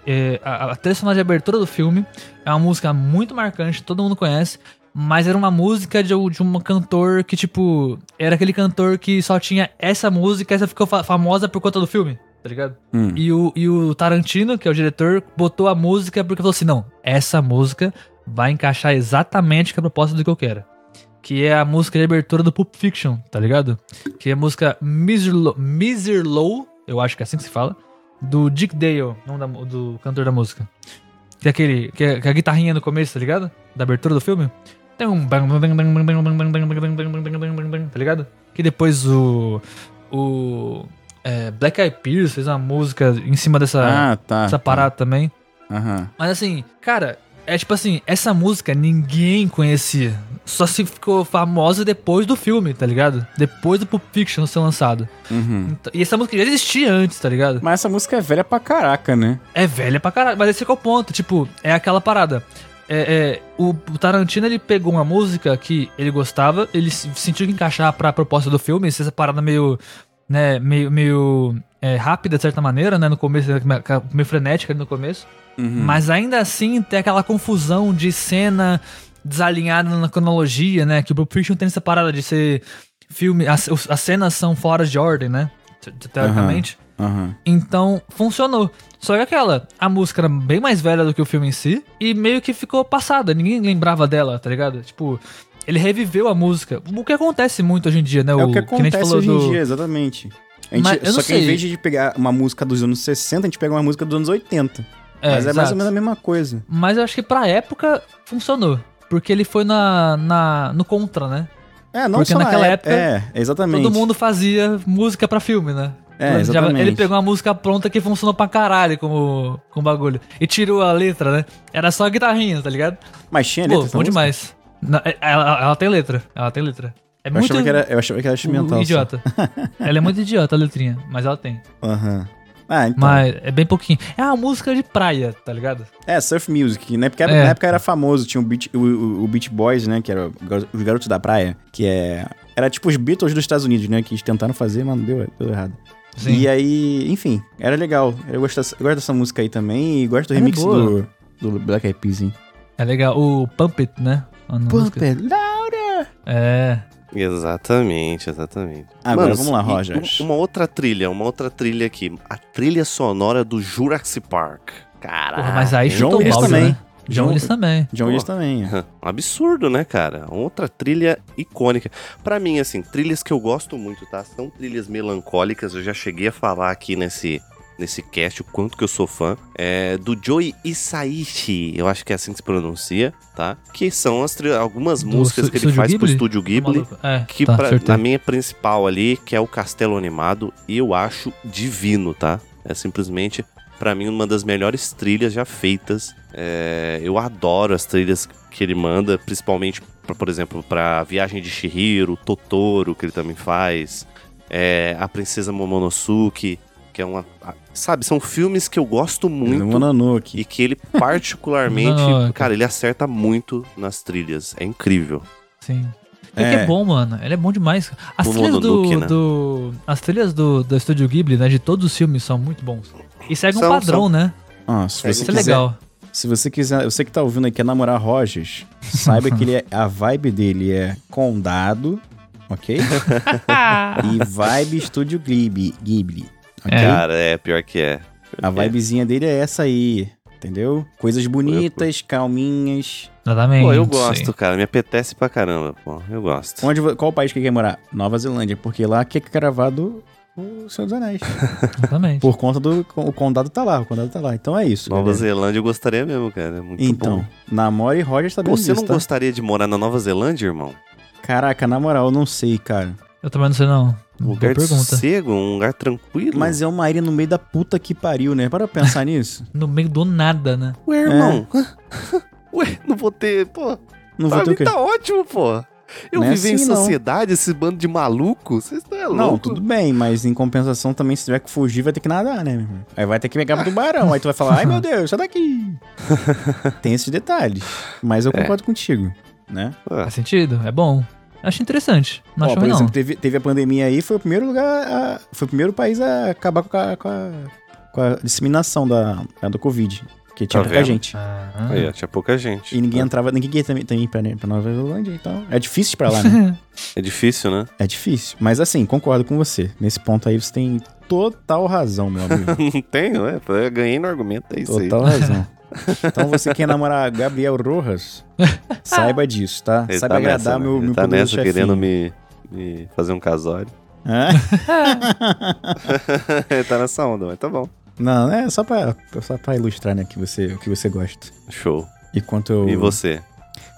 B: é, a, a trilha sonora de abertura do filme é uma música muito marcante, todo mundo conhece, mas era uma música de, um- de um cantor que, tipo, era aquele cantor que só tinha essa música, essa ficou fa- famosa por conta do filme, tá ligado?
C: Hum.
B: E o, e o Tarantino, que é o diretor, botou a música porque falou assim: não, essa música vai encaixar exatamente com a proposta do que eu quero. Que é a música de abertura do Pulp Fiction, tá ligado? Que é a música Miser Low, eu acho que é assim que se fala, do Dick Dale, nome da mu- do cantor da música. Que é aquele. Que é, que é a guitarrinha no começo, tá ligado? Da abertura do filme. Tem um. bang, bang, bang, bang, bang, bang, bang, bang, bang, bang, bang, bang, bang, bang, bang, Tá ligado? Que depois o. O. é, Black Eyed Peas fez uma música em cima dessa,
C: Ah, tá.
B: dessa
C: tá.
B: parada também.
C: Aham.
B: Mas assim, cara, é tipo assim, essa música ninguém conhecia. Só se ficou famosa depois do filme, tá ligado? Depois do Pulp Fiction ser lançado.
C: Uhum.
B: Então- e essa música já existia antes, tá ligado?
C: Mas essa música é velha pra caraca, né?
B: É velha pra caralho, mas esse que é o ponto. Tipo, é aquela parada. É, é, o, o Tarantino ele pegou uma música que ele gostava, ele se- sentiu que encaixar pra proposta do filme, essa parada meio. né, meio. meio é, rápida de certa maneira, né? No começo, meio frenética ali no começo.
C: Uhum.
B: Mas ainda assim tem aquela confusão de cena desalinhada na cronologia, né? Que o Pulp Fiction tem essa parada de ser filme. As, os- as cenas são fora de ordem, né? Te- te- Teoricamente.
C: Aham.
B: Então, funcionou. Só que aquela, a música era bem mais velha do que o filme em si, e meio que ficou passada, ninguém lembrava dela, tá ligado? Tipo, ele reviveu a música. O que acontece muito hoje em dia, né?
C: É o
B: nem a
C: que
B: gente
C: acontece
B: falou
C: hoje
B: do-
C: em dia, exatamente. A gente-
B: Mas eu
C: só
B: não
C: que ao
B: sei.
C: invés de pegar uma música dos anos 60, a gente pega uma música dos anos 80.
B: É,
C: Mas é mais
B: exato.
C: ou menos a mesma coisa.
B: Mas eu acho que pra época funcionou. Porque ele foi na, na no contra, né?
C: É, não
B: Porque
C: só na
B: naquela
C: época. É, exatamente.
B: Todo mundo fazia música pra filme, né?
C: É,
B: Já-
C: exatamente.
B: ele pegou uma música pronta que funcionou pra caralho como, com bagulho. E tirou a letra, né? Era só a guitarrinha, tá ligado?
C: Mas tinha
B: Pô,
C: letra.
B: bom
C: essa né, música?
B: demais. Na- é, ela, ela tem letra. Ela tem letra. É
C: Eu
B: muito
C: achava, que era, eu achava que era instrumental. só. (laughs)
B: idiota. ela é muito idiota a letrinha, mas ela tem.
C: Aham. Ah, então.
B: Mas é bem pouquinho. É uma música de praia, tá ligado?
C: É, surf music, né? Porque era-
B: É.
C: na época era famoso, tinha o Beach, o, o, o Beach Boys, né? Que era o gar- os garotos da praia, que é... Era tipo os Beatles dos Estados Unidos, né? Que eles tentaram fazer, mas não deu, deu errado.
B: Sim.
C: E é- aí, enfim, era legal. Eu gosto, dessa- eu gosto dessa música aí também e gosto do
B: Ela é
C: remix
B: boa.
C: do, do Black Eyed Peas, hein?
B: É legal. O Pump It, né? A música.
C: Pumper,
B: É.
A: Exatamente, exatamente.
C: Ah, Agora,
A: Mano,
C: vamos lá,
A: e
C: Roger.
A: um- Uma outra trilha, uma outra trilha aqui. A trilha sonora do Jurassic Park. Caralho.
B: Porra, mas aí
C: João
B: chutou o
C: Mendes
B: balde,
C: Ah, também.
B: né? John Willis também.
C: John Willis também. é.
A: Um absurdo, né, cara? Outra trilha icônica. Pra mim, assim, trilhas que eu gosto muito, tá? São trilhas melancólicas. Eu já cheguei a falar aqui nesse nesse cast o quanto que eu sou fã. É do Joey Isaichi, eu acho que é assim que se pronuncia, tá? Que são as tri- algumas
B: Do
A: músicas
B: Su-
A: que ele
B: Studio
A: faz pro
B: Ghibli?
A: estúdio Ghibli.
B: É,
A: Que
B: tá,
A: pra-
B: acertei.
A: na minha principal ali, que é o Castelo Animado, eu acho divino, tá? É simplesmente, pra mim, uma das melhores trilhas já feitas. É, eu adoro as trilhas que ele manda, principalmente, pra- por exemplo, pra Viagem de Shihiro, Totoro, que ele também faz, é, A Princesa Momonosuke, que é uma... a- Sabe, são filmes que eu gosto
C: Muito.
A: muito.
C: Mononoke.
A: E que ele particularmente,
B: (laughs) Não, é
A: cara, ele acerta muito nas trilhas. É incrível.
B: Sim. Ele que
C: É.
B: é bom, mano. Ele é bom demais. As
A: O
B: trilhas do,
A: Mononoke, né?
B: do- As trilhas do, do Estúdio Ghibli, né? De todos os filmes são muito bons. E segue
A: São,
B: um padrão, né?
C: Ah, se
A: É,
B: Isso
C: você
B: é
C: quiser- (laughs)
B: legal.
C: Se você quiser, você que tá ouvindo aqui é namorar Rogers, saiba que ele é, a vibe dele é condado, ok? e vibe estúdio Ghibli, Ghibli, ok?
B: É.
A: Cara, é, pior que é.
C: A vibezinha dele é essa aí, entendeu? Coisas bonitas, calminhas.
B: Exatamente.
A: Pô, eu gosto, cara. Me apetece pra caramba, pô. Eu gosto.
C: Onde, vo- qual país que quer morar? Nova Zelândia, porque lá que é gravado o Senhor dos Anéis.
B: Exatamente.
C: Por conta do o condado tá lá, o condado tá lá. Então é isso.
A: Nova
C: galera.
A: Zelândia eu gostaria mesmo, cara. É muito
C: Então,
A: bom.
C: namora e Rogers tá
A: Pô, você não
C: tá?
A: gostaria de morar na Nova Zelândia, irmão?
C: Caraca, na moral, eu não sei, cara.
B: Eu também não sei, não.
A: Um
B: Boa
A: lugar de
B: pergunta.
A: sossego, um lugar tranquilo.
C: Mas é uma ilha no meio da puta que pariu, né? Para pra pensar nisso.
B: No meio do nada,
C: Tá.
B: né?
A: Ué, irmão. (laughs) Ué, não vou ter. Pô,
C: é. Não
A: pra
C: vou ter
A: mim
C: o quê?
A: tá ótimo, pô. Eu
C: Não é
A: viver
C: assim,
A: em
C: não.
A: sociedade, esse bando de maluco, vocês estão é
C: Não,
A: louco.
C: tudo bem, mas em compensação também, se tiver que fugir, vai ter que nadar, né? meu irmão? Aí vai ter que pegar pro tubarão. Aí tu vai falar, ai meu Deus, sai
A: (laughs)
C: daqui. Tem esses detalhes. Mas eu
A: É.
C: concordo contigo, né?
A: Ah,
B: Faz sentido, é bom. Acho interessante. Não
C: Ó,
B: acho
C: por
B: ruim, não.
C: exemplo, teve, teve a pandemia aí, foi o primeiro lugar. a- foi o primeiro país a acabar com a, com a- com a disseminação da, da- do Covid. Porque tinha
A: Tá
C: pouca
A: vendo? Tá.
C: gente.
B: Ah.
A: Aí, ó, tinha pouca gente.
C: E ninguém entrava, ninguém queria também, também ir pra, pra Nova Zelândia, então. É difícil ir pra lá, né?
A: É difícil, né? (laughs)
C: É difícil. Mas assim, concordo com você. Nesse ponto aí você tem total razão, meu
A: (laughs)
C: amigo.
A: Não tenho, é. Eu ganhei no argumento, é isso aí.
C: total razão. Então você quer namorar Gabriel Rojas, saiba disso, tá?
A: Ele
C: saiba
A: tá nessa,
C: agradar
A: né?
C: meu,
A: Ele
C: meu
A: tá
C: poderoso
A: nessa
C: chefinho.
A: querendo me, me fazer um casório.
C: Hã?
A: (laughs) tá nessa onda, mas tá bom.
C: Não, é só pra, só pra ilustrar, né, que você, o que você gosta.
A: Show.
C: E quanto eu...
A: E você?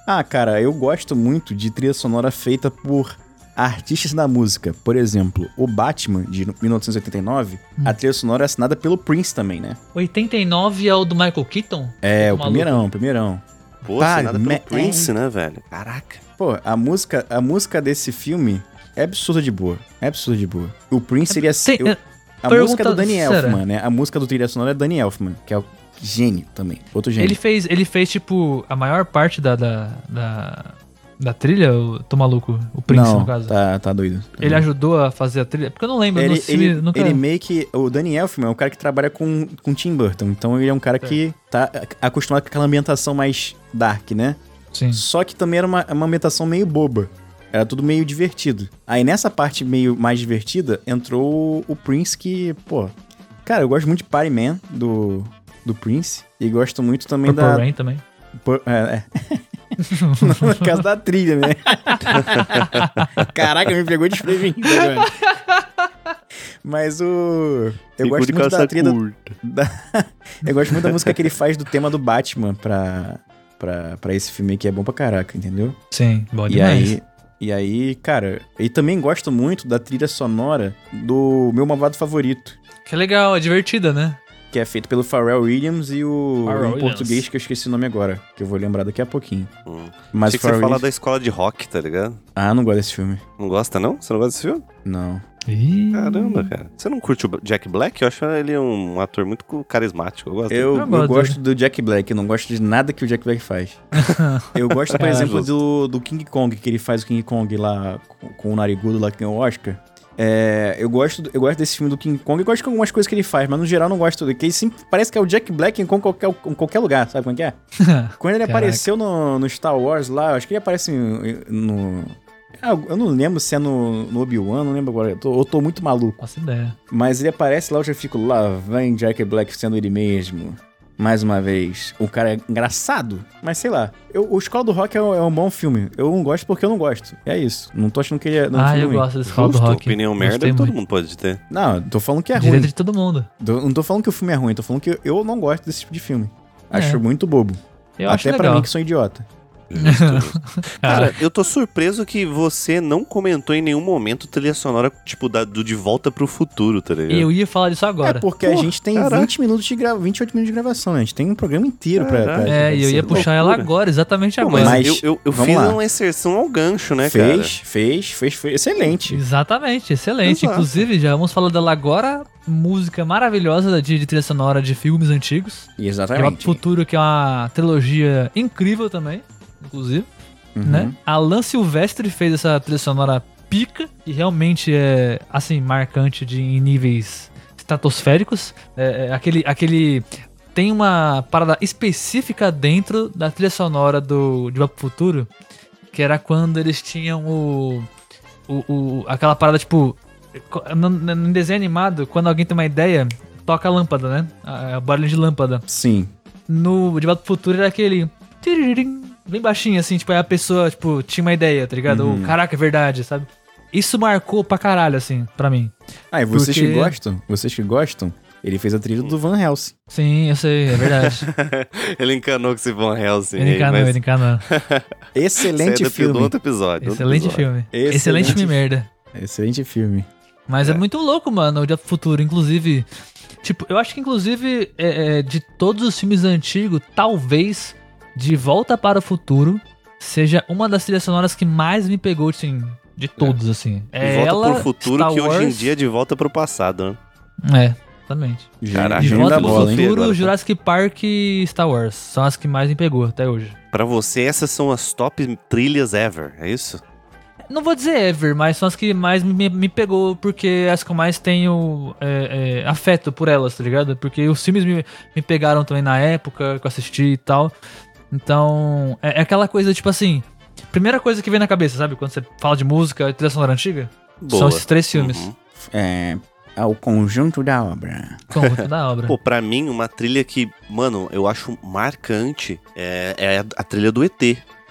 C: Ah, cara, eu gosto muito de trilha sonora feita por artistas da música. Por exemplo, o Batman, de 1989, a trilha sonora é assinada pelo Prince também, né?
B: 89 é o do Michael Keaton?
C: É, o
B: Maluco.
C: primeirão, o primeirão.
A: Pô,
C: Tá,
A: assinada pelo
C: me-
A: Prince, né, velho? Caraca.
C: Pô, a música, a música desse filme é absurda de boa. É absurda de boa. O Prince seria.
B: Tem-
C: eu- a
B: pergunta
C: música é do Danny
B: sincera.
C: Elfman, né? A música do trilha sonora é do Danny Elfman, que é o gênio também. Outro gênio.
B: Ele é fez, ele fez, tipo, a maior parte da, da, da, da trilha, o Tô Maluco, o Prince,
C: Não,
B: no caso.
C: Tá, tá doido.
B: Ele é ajudou a fazer a trilha? Porque eu não lembro, eu não
C: Ele,
B: assisti,
C: ele,
B: nunca...
C: ele meio que. O Danny Elfman é um cara que trabalha com, com Tim Burton. Então ele é um cara que tá acostumado com aquela ambientação mais dark, né?
B: Sim.
C: Só que também era uma, uma ambientação meio boba. Era tudo meio divertido. Aí nessa parte meio mais divertida, entrou o Prince que, pô... Cara, eu gosto muito de Party Man, do, do Prince. E gosto muito também
B: Purple
C: da...
B: Rain também.
C: Pur- é, (laughs) é. Não, Por causa da trilha, né? (laughs) Caraca, me pegou desprevenido, velho. Mas o... Eu gosto muito da trilha... do- Eu gosto muito da música que ele faz do tema do Batman pra... Pra, pra esse filme aí que é bom pra caraca, entendeu?
B: Sim, bom
C: E
B: demais.
C: aí, e aí, cara, e também gosto muito da trilha sonora do meu malvado favorito,
B: Que legal, é divertida, né?
C: que é feito pelo Pharrell Williams e o
B: Pharrell
C: em
B: Williams.
C: português que eu esqueci o nome agora, que eu vou lembrar daqui a pouquinho.
A: Hum.
C: Mas
A: Achei que você
C: Pharrell
A: fala da
C: Williams...
A: escola de rock, tá ligado?
C: Ah, não gosto desse filme.
A: Não gosta, não? Você não gosta desse filme?
C: Não.
B: Ih,
A: Caramba,
C: Hum.
A: cara. Você não curte o Jack Black? Eu acho ele um ator muito cu- carismático. Eu gosto dele.
C: Eu, eu
B: gosto
C: gosto do Jack Black, eu não gosto de nada que o Jack Black
B: (laughs)
C: faz. eu gosto, por
B: Caralho.
C: exemplo, do, do King Kong, que ele faz o King Kong lá com, com o narigudo lá que ganhou o Oscar. É, eu, gosto, eu gosto desse filme do King Kong, eu gosto de algumas coisas que ele faz, mas no geral eu não gosto. Porque ele sempre parece que é o Jack Black em qualquer, em qualquer lugar, sabe como
B: (laughs)
C: é que é? Quando ele
B: Caraca.
C: apareceu no, no Star Wars lá, eu acho que ele aparece em- no. ah, Eu não lembro se é no, no Obi-Wan, não lembro agora. Eu tô, eu tô muito maluco.
B: Nossa ideia.
C: Mas ele aparece lá, eu já fico lá, vem Jack Black sendo ele mesmo. mais uma vez, o cara é engraçado. Mas sei lá, eu- o Escola do Rock é um, é um bom filme. Eu não gosto porque eu não gosto. É isso. Não tô achando que ele é. Não, é um
B: ah,
C: filme
B: eu
C: ruim.
B: gosto desse Call do
A: Justo,
B: Rock.
A: opinião
B: Gostei
A: merda todo
B: muito.
A: mundo pode
C: (laughs)
A: ter.
C: Não, eu tô falando que é ruim.
B: Direito de todo mundo.
C: Tô- Não tô falando que o filme é ruim, tô falando que eu não gosto desse tipo de filme.
B: É.
C: Acho muito bobo.
B: Eu acho
C: Até pra
B: legal.
C: mim que sou idiota.
A: (laughs) Cara, eu tô surpreso que você não comentou em nenhum momento trilha sonora, tipo, da, do De Volta pro Futuro, tá ligado?
B: eu ia falar disso agora.
C: É porque a
A: Pô,
C: gente tem
A: caraca.
C: 20 minutos de grava... 28 minutos de gravação, né? A gente tem um programa inteiro pra. pra-
A: Caraca.
C: pra
B: É, e eu ia
C: fazer.
B: puxar ela
A: loucura.
B: agora, exatamente
A: Pô,
B: agora.
A: mas,
C: Mas-
A: eu, eu, eu
C: vamos
A: fiz
C: lá.
A: uma exceção ao gancho, né, cara?
C: fez, fez, fez, fez. Excelente.
B: Exatamente, excelente.
A: Exato.
B: Inclusive, já vamos falar dela agora. Música maravilhosa de, de trilha sonora de filmes antigos. Tem uma
C: Exatamente.
B: Futuro, que é uma trilogia incrível também, inclusive.
C: Uhum.
B: né? Alan Silvestre fez essa trilha sonora pica, que realmente é, assim, marcante de, em níveis estratosféricos. É, é, aquele, aquele... Tem uma parada específica dentro da trilha sonora do De Volta pro Futuro, que era quando eles tinham o... o, o- aquela parada, tipo... co- No, no desenho animado, quando alguém tem uma ideia, toca a lâmpada, né? A, a barulho de lâmpada
C: Sim.
B: no De Volta pro Futuro era aquele. tiriririm, Bem baixinho, assim, tipo, aí a pessoa, tipo, tinha uma ideia, tá ligado?
C: Uhum.
B: Ou, caraca, é verdade, sabe? Isso marcou pra caralho, assim, pra mim.
C: Ah, e vocês
B: Porque-
C: que gostam, vocês que gostam, ele fez a trilha do Van Helsing.
B: Sim, eu sei,
A: (laughs)
B: é verdade.
A: ele encanou com esse Van Helsing
B: ele
A: aí,
B: encanou,
A: assim, mas (laughs)
B: ele encanou.
A: isso aí é
C: Excelente
A: do- do
C: filme.
A: outro episódio. do outro
B: Excelente
A: episódio.
B: filme.
C: Excelente
B: Excelente, filme, merda.
C: Excelente filme.
B: Mas é. muito louco, mano, o Dia pro Futuro. Inclusive, tipo, eu acho que, inclusive, é, é, de todos os filmes antigos, talvez De Volta para o Futuro seja uma das trilhas sonoras que mais me pegou, assim, de todos, assim. É
A: De Volta
B: ela,
A: pro Futuro,
B: Star
A: que hoje em
B: Wars-
A: dia é de volta pro passado, né?
B: É, exatamente.
C: Gênio-
A: Caraca,
B: De
A: Achei
C: gênio
B: Volta
C: da
B: pro
C: bola, hein?
A: Agora,
B: Futuro,
A: tá?
B: Jurassic Park e Star Wars. São as que mais me pegou até hoje.
A: Pra você, essas são as top trilhas ever, é isso?
B: Não vou dizer ever, mas são as que mais me, me pegou, porque é as que eu mais tenho é, é, afeto por elas, tá ligado? Porque os filmes me, me pegaram também na época que eu assisti e tal. Então, é, é aquela coisa, tipo assim... Primeira coisa que vem na cabeça, sabe? Quando você fala de música e trilha sonora antiga. São
A: Boa.
B: esses três filmes.
A: Uhum.
C: É, é o conjunto da obra.
B: Conjunto da obra.
A: Pô, pra mim, uma trilha que, mano, eu acho marcante é, é a, a trilha do ET,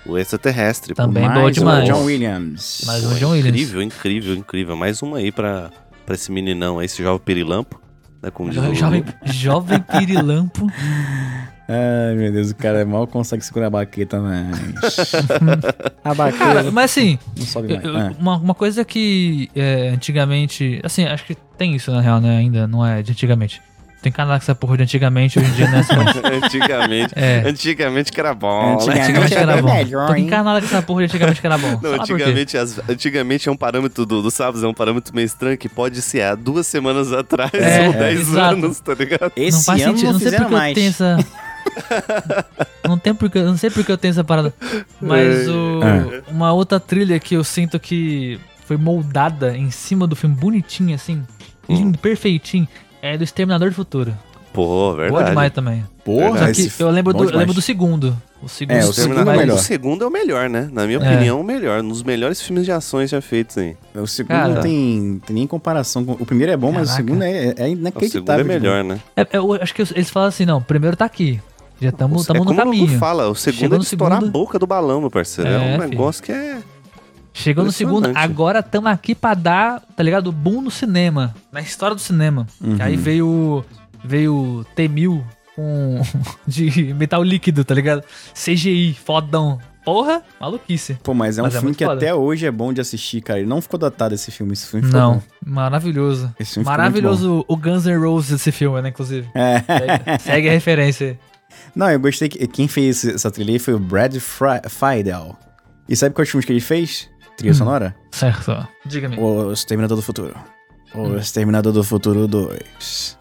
A: o extraterrestre. pô.
B: Também é
C: Mais
B: boa
C: um
B: demais.
C: John Williams.
B: Mais um John Williams.
A: é incrível, incrível, incrível. Mais uma aí pra, pra esse meninão, aí, esse jovem perilampo. Né, como diz o
B: Jo- Jovem, jovem Pirilampo.
C: Ai, meu Deus, o cara mal consegue segurar a
B: (laughs)
C: baqueta, mas... a baqueta
B: Cara, mas assim...
C: não sobe
B: Eu-
C: mais.
B: eu-
C: Ah.
B: uma, uma coisa que é, antigamente. Assim, acho que tem isso na real, né? Ainda não é de antigamente. Tem canal que essa porra de antigamente, hoje em dia não é assim.
C: (laughs)
B: mais.
A: (laughs) antigamente.
B: É.
A: Antigamente que era bom, né?
B: Antigamente era bom.
C: melhor,
B: Tô
C: hein?
B: encanado com essa porra de antigamente que era bom.
A: Não,
B: Sei lá por quê.
A: antigamente, as- antigamente é um parâmetro do, do Sábios, é um parâmetro meio estranho que pode ser há duas semanas atrás
B: É,
A: ou dez
B: exato.
A: anos, tá ligado?
B: Não
C: Esse
B: faz
C: ano
B: sentido,
C: não
B: não sei
C: fizeram
B: porque eu
C: mais.
B: tenho essa. não, tem porque, não sei porque eu tenho essa parada. Mas o-
C: É.
B: uma outra trilha que eu sinto que foi moldada em cima do filme, bonitinha assim,
A: Hum.
B: lindo, perfeitinho, é do Exterminador do Futuro.
A: Pô,
B: Boa
A: verdade.
B: demais também.
A: Porra,
B: Só
A: Ah,
B: que eu lembro, do, eu lembro do segundo. O segundo,
C: É, o
A: O
C: segundo é
A: Terminador-
C: melhor.
A: o segundo é o melhor, né? Na minha opinião, o melhor. Um dos melhores filmes de ações já feitos aí.
C: É, O segundo
B: Cara.
C: não tem, tem nem comparação. com- O primeiro é bom, mas o
B: Caraca.
C: segundo é, é
A: O
B: tá,
A: segundo é
C: inacreditável.
A: melhor, né?
B: É, eu acho que eles falam assim, não, o primeiro tá aqui. Já estamos
A: é
B: no
A: como o Gugu
B: caminho.
A: fala, o segundo
B: Chegou
A: é
B: no
A: de estourar
B: segundo.
A: a boca do balão, meu parceiro. É,
B: É,
A: um
B: filho.
A: negócio que é...
B: Chegou no segundo,
A: Impressionante.
B: agora estamos aqui pra dar, tá ligado? Boom no cinema. Na história do cinema.
C: Uhum.
B: Que aí veio. Veio T-1000 com. (laughs) de metal líquido, tá ligado? CGI, fodão. Porra, maluquice.
C: Pô, mas é um
B: Mas é
C: filme
B: muito
C: que
B: foda.
C: até hoje é bom de assistir, cara. Ele não ficou datado esse filme. Esse filme ficou
B: Não,
C: bom.
B: maravilhoso.
C: Esse filme ficou muito
B: Maravilhoso o Guns N' Roses desse filme, né, inclusive.
C: bom. É.
B: Segue- Segue a referência. aí.
C: Não, eu gostei que quem fez esse- essa trilha aí foi o Brad Fri- Fidel. E sabe quais filmes que ele fez? Trilha
B: Hum.
C: sonora?
B: Certo. Diga-me.
C: O Exterminador do Futuro.
B: Hum.
C: O Exterminador do
B: (laughs)
C: Futuro 2.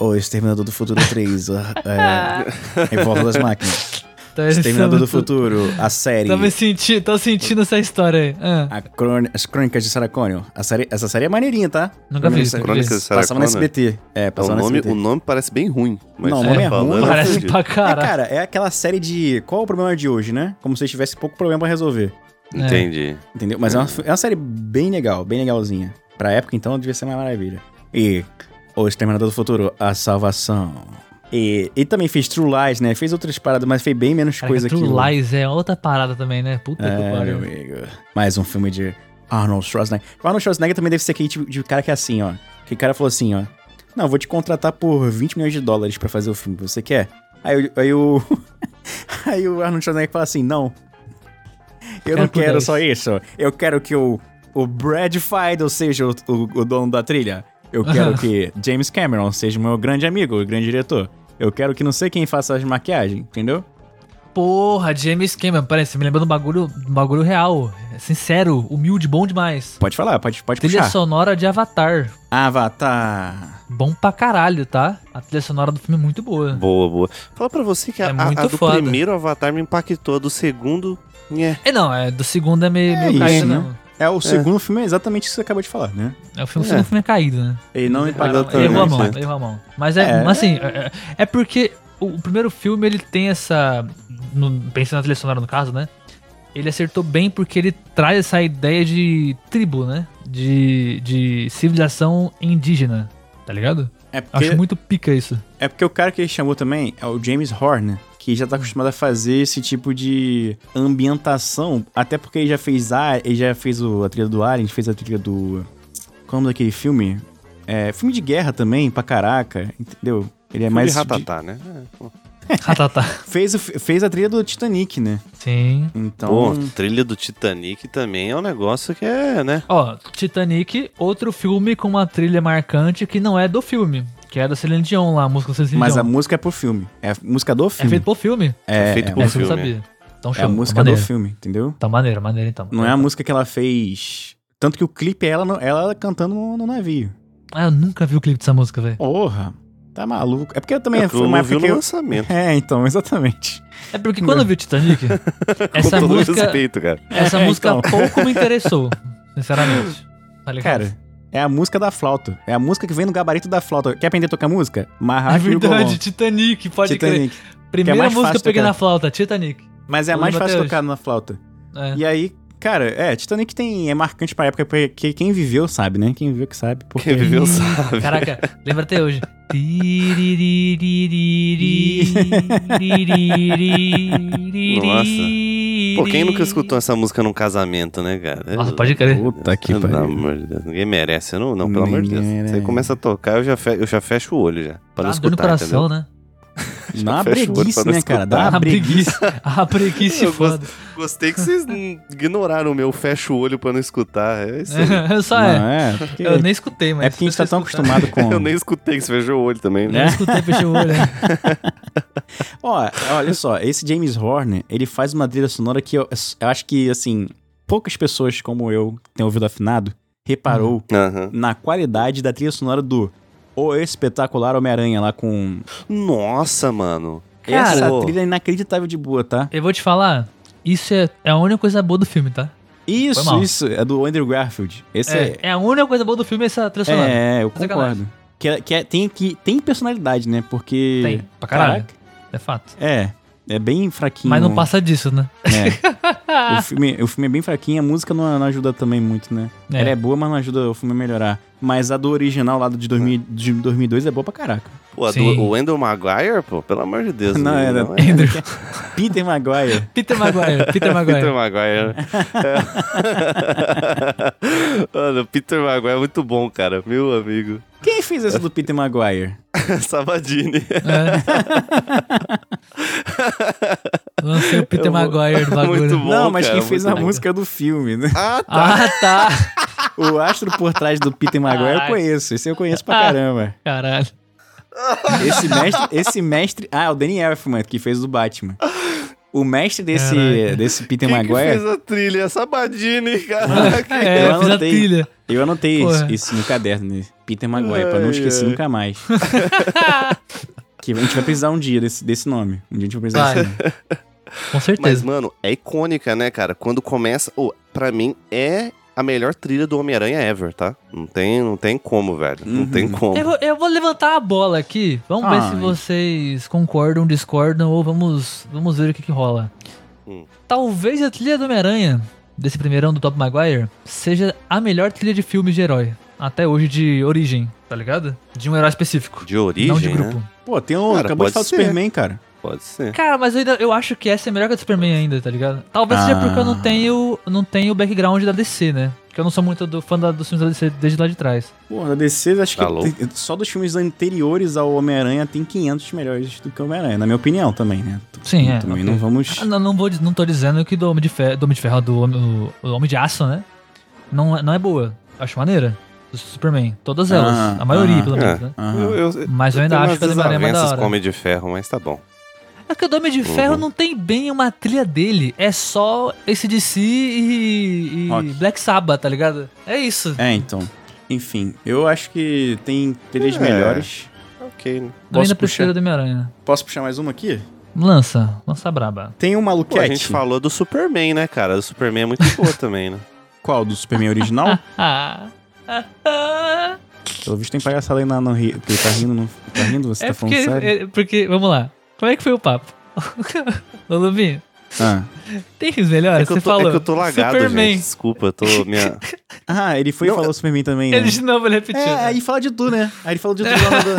C: O Exterminador do Futuro 3. a-
B: (laughs)
C: é, Revolta das Máquinas.
B: Tá, eles
C: Exterminador
B: são-
C: do Futuro. A série.
B: Tô, me senti, tô sentindo essa história aí. Ah,
C: A crôni- as Crônicas de Sarah Connor. A série, essa série é maneirinha, tá?
B: nunca vi.
C: Crônicas-
B: nunca vi.
A: Crônicas de Sarah
C: Passava no
A: Connor.
C: SBT. É,
A: É, o,
C: passava no
A: nome,
C: SBT.
A: o nome parece bem ruim. Mas tá
C: Não, o nome é
A: falando,
C: ruim,
A: eu
B: (laughs) Parece
A: acredito.
B: pra
C: É,
B: cara.
C: cara, é aquela série de qual é o problema de hoje, né? Como se eles tivessem pouco problema pra resolver.
B: É.
A: Entendi.
C: Entendeu? Mas é uma, é uma série bem legal, bem legalzinha. Pra época, então, devia ser uma maravilha. E O Exterminador do Futuro, A Salvação. E, ele também fez True Lies, né? Fez outras paradas, mas fez bem menos
B: Caraca,
C: coisa que.
B: True
C: o-
B: Lies é outra parada também, né? Puta que
C: É, meu
B: pariu.
C: amigo. Mais um filme de Arnold Schwarzenegger. O Arnold Schwarzenegger também deve ser aquele tipo de cara que é assim, ó. Que o cara falou assim, ó. Não, eu vou te contratar por 20 milhões de dólares pra fazer o filme. Você quer? Aí, o- aí o. (laughs) aí o Arnold Schwarzenegger fala assim, não. Eu
B: Quero
C: não
B: por
C: quero
B: 10.
C: só isso. Eu quero que o, o Brad Fied, ou seja, o, o- o dono da trilha. Eu quero que James Cameron seja o meu grande amigo, o grande diretor. Eu quero que não sei quem faça as maquiagens, entendeu?
B: Porra, James Cameron, peraí, você me lembrou de um bagulho, de um bagulho real. É Sincero, humilde, bom demais.
C: Pode falar, pode, pode
B: Trilha
C: puxar.
B: sonora de Avatar.
C: Avatar.
B: Bom pra caralho, tá? A trilha sonora do filme é muito boa.
A: Boa, boa. Fala pra você que a,
B: É
A: a- a
B: muito
A: do
B: foda.
A: primeiro Avatar me impactou, a do segundo. É.
B: É, não, é do segundo é meio, meio
C: isso,
B: caído,
C: né?
B: não.
C: É, o segundo filme é exatamente isso que você acabou de falar, né?
B: É o filme,
A: É.
B: o segundo filme é caído, né?
C: Ele não
A: impactou
B: Cara, errou a mão,
A: né?
B: errou a mão. Mas é,
C: É.
B: assim, é, é porque o, o primeiro filme ele tem essa. no- pensando na trilha sonora no caso, né? Ele acertou bem porque ele traz essa ideia de tribo, né? De, de civilização indígena, tá ligado?
C: É
B: Acho
C: porque,
B: muito pica
C: (laughs)
B: isso.
C: é porque o cara que ele chamou também é o James Horner, que já tá acostumado a fazer esse tipo de ambientação, até porque ele já fez a, ele já fez o- a trilha do Alien, fez a trilha do como daquele filme, é, filme de guerra também, pra caraca, entendeu? Ele é mais
A: Mas Ratatá, né? É.
B: Ratatá.
C: fez o- fez a trilha do Titanic, né?
B: tá. Sim.
C: Então,
A: Pô, trilha do Titanic também é um negócio que é, né?
B: Ó, Titanic, outro filme com uma trilha marcante que não é do filme, que é da Celine Dion lá, a música da Celine
C: mas
B: Dion.
C: a música é pro filme, é a música do
B: Então. É
C: filme.
B: feito pro filme.
A: É feito pro
B: Essa eu não
A: filme,
B: sabia. Então
C: é a
B: show.
C: música
B: tá
C: do
B: maneiro.
C: filme, entendeu?
B: Tá maneiro, maneiro então.
C: Não é a música que ela fez. Tanto que o clipe é ela, no- ela cantando no, no navio.
B: Ah, eu nunca vi o clipe dessa música, velho.
C: Porra, tá maluco. É porque eu também
A: É,
C: fui
A: tu
C: uma
A: não
C: época
A: viu
C: que
A: no
B: (laughs)
C: eu...
A: lançamento.
C: É, então, exatamente.
B: É porque quando eu vi o (laughs) Titanic, essa
A: Com todo
B: música,
A: respeito, cara.
B: essa
C: É,
B: música
C: então.
B: pouco me interessou, sinceramente. Tá ligado?
C: Cara, é a música da flauta. É a música que vem no gabarito da flauta. Quer aprender a tocar música? Marra
B: é verdade, Titanic, pode crer.
C: Titanic.
B: Primeira
C: mais
B: música que
C: fácil
B: eu peguei
C: tocar.
B: na flauta, Titanic.
C: Mas é a
B: Eu
C: mais
B: lembro
C: fácil
B: até hoje.
C: tocar na flauta.
B: É.
C: E aí, cara, é, Titanic tem, é marcante pra época, porque quem viveu sabe, né? Quem viveu que sabe. Porque...
A: Quem viveu
B: Ih,
A: sabe.
B: Caraca, lembra até hoje. Nossa.
A: Pô, quem nunca escutou essa música num casamento, né, cara?
B: Nossa, pode crer.
C: (laughs) Puta que
A: Pelo
C: pariu.
A: amor de Deus. Ninguém merece, não, não pelo amor de Deus.
C: Ninguém
A: Você
C: merece.
A: começa a tocar, eu já, fe- eu já fecho o olho já. Pra não
B: Dá dor
A: escutar,
B: no coração, né?
C: Dá uma
A: Fecha o olho pra
C: preguiça,
A: não
C: né, cara? Dá
B: (laughs)
A: escutar.
C: uma
B: A
C: preguiça.
B: preguiça. A Ah, preguiça
A: Eu gosto-
B: foda.
A: Gostei que
B: (laughs)
A: vocês hum, ignoraram o meu fecho o olho pra não escutar. É isso aí.
B: Eu (laughs) só é.
C: Não, é, porque-
B: Eu nem escutei, mas.
C: É porque a gente tá
B: se (laughs) eu
C: tão
B: escutar-
C: acostumado com.
A: (laughs) Eu nem escutei que você fechou o olho também,
B: Não
A: né?
B: escutei, fechei o
C: (laughs)
B: olho. né?
C: Ó, olha só, esse James Horner, ele faz uma trilha sonora que eu, eu acho que, assim, poucas pessoas como eu que têm ouvido afinado reparou
B: Uhum.
A: Aham.
C: na qualidade da trilha sonora do O Espetacular Homem-Aranha lá com.
A: Nossa, mano.
B: Cara,
C: essa
A: Pô,
C: trilha é inacreditável de boa, tá?
B: Eu vou te falar, isso é, é a única coisa boa do filme, tá? Foi
C: Isso,
B: mal.
C: isso, é do Andrew Garfield. Esse é.
B: É, é a única coisa boa do filme essa trilha
C: É,
B: sonora.
C: eu
B: Sacanagem.
C: concordo. Que, é- que é- tem, que tem personalidade, né? Porque.
B: Tem, pra caralho. É fato.
C: É. É bem fraquinho.
B: Mas não passa disso,
C: (laughs)
B: né?
C: É.
B: (laughs)
C: o, filme, o filme é bem fraquinho, a música não, não ajuda também muito, né?
B: É.
C: Ela é boa, mas não ajuda o filme a melhorar. Mas a do original lá do de, 2000 de 2002 é boa pra caraca.
A: Pô, a do-
B: Sim.
A: o Andrew Maguire, pô, pelo amor de Deus.
C: Não,
A: menino,
C: era-
A: não é?
B: Andrew.
C: Peter Maguire.
B: (laughs) Peter Maguire, Peter
A: (laughs) Peter
B: Maguire.
A: Maguire. É. (laughs) Mano, Peter Maguire é muito bom, cara. Meu amigo. (laughs)
C: Quem fez essa do Peter Maguire?
A: Sabadini.
C: (laughs)
B: É. Lancei o Peter
A: Eu vou-
B: Maguire
C: (laughs)
B: do bagulho.
A: Muito bom,
C: não, mas
A: cara,
C: quem fez
A: muito
C: a
A: bom.
C: música do
A: (laughs)
C: filme, né?
A: Ah, tá.
B: Ah, tá.
C: O astro por trás do Peter Maguire eu
B: Caraca.
C: conheço. Esse eu conheço pra caramba.
B: Caralho.
C: Esse mestre, esse mestre... Ah, é o Danny Elfman, que fez o do Batman. O mestre desse,
B: Caraca.
C: desse Peter
A: Quem que
C: Maguire...
A: fez a trilha? Sabadini, (laughs) caraca.
B: É,
C: Eu
B: eu fiz a
C: anotei.
B: trilha.
C: Eu anotei
B: Porra.
C: isso, isso no caderno, né? Peter Maguire, pra não
A: Ai,
C: esquecer
A: ai.
C: nunca
A: (laughs)
C: mais. que a gente vai precisar um dia desse, desse nome. Um dia a gente vai precisar
B: Vai.
C: desse nome.
B: Com
A: Mas,
B: certeza.
A: mano, é icônica, né, cara? Quando começa. Oh, pra mim, é a melhor trilha do Homem-Aranha ever, tá? Não tem, não tem como, velho. Não
C: Uhum.
A: tem como.
B: Eu, vou- eu vou levantar a bola aqui. Vamos ver
C: Ai.
B: se vocês concordam, discordam ou vamos, vamos ver o que, que rola.
A: Hum.
B: Talvez a trilha do Homem-Aranha, desse primeirão do Top Maguire, seja a melhor trilha de filmes de herói. Até hoje de origem. tá ligado? De um herói específico.
A: De origem,
B: não de grupo.
A: né?
C: Pô, tem um.
A: Cara,
C: acabou
A: pode
C: de falar do
A: ser.
C: Superman, cara.
A: Pode ser.
B: Cara, mas eu, ainda, eu acho que essa é melhor que a do Superman ainda, tá ligado? Talvez seja
C: Ah.
B: porque eu não tenho, não tenho o background da DC, né? Porque eu não sou muito do, fã da, dos filmes da DC desde lá de trás.
C: Pô, na DC, acho que
A: Alô?
C: tem- só dos filmes anteriores ao Homem-Aranha tem 500 melhores do que o Homem-Aranha, na minha opinião também, né? T-
B: Sim, é,
C: Também
B: ok.
C: não vamos.
B: Ah, não, não, vou, diz- não tô dizendo que do Homem de Ferro, do Homem de, Ferro, do Homem, o, o Homem de Aço, né? Não, é- não é boa. Acho maneira. Do Superman. Todas elas.
C: Ah,
B: a maioria,
C: ah,
B: pelo
A: é.
B: menos, né?
C: Aham.
A: Eu, eu,
B: Mas eu ainda
A: tenho
B: acho
A: umas
B: que a do Homem-Aranha é mais da
A: desavenças
B: hora.
A: com Homem de Ferro, mas tá bom.
B: É que o Homem de Ferro
A: Uhum.
B: não tem bem uma trilha dele. É só esse DC e, e
C: Rock.
B: Black Sabbath, tá ligado? É isso.
C: É, então. Enfim, eu acho que tem três
A: É.
C: melhores.
A: Ok, né?
B: eu ainda
C: posso
B: prefiro
C: puxar?
B: o do Homem-Aranha.
C: Posso puxar mais uma aqui?
B: Lança. Lança braba.
C: Tem o
A: Pô,
C: Maluquete.
A: a gente falou do Superman, né, cara? O Superman é muito boa também,
B: (laughs)
A: né?
C: Qual? Do Superman original?
B: Ah.
C: Pelo visto tem palhaçada aí na, no ri... Porque ele tá rindo, não... tá rindo? Você
B: é
C: tá falando
B: porque,
C: sério?
B: é porque. Vamos lá. Como é que foi o papo? (laughs) Ô, Lubinho,
C: Ah.
B: tem filmes melhores?
A: é, que eu
B: Você
A: tô, é
B: falou.
A: que eu tô lagado,
B: Superman.
A: gente. Desculpa, eu tô.
C: (laughs)
A: Minha...
C: Ah, ele foi e
A: Não,
C: falou Superman também, né?
B: Ele de novo ele repetiu.
C: É,
B: né?
C: aí fala de tu, né? Aí ele fala de tu lá (laughs) no...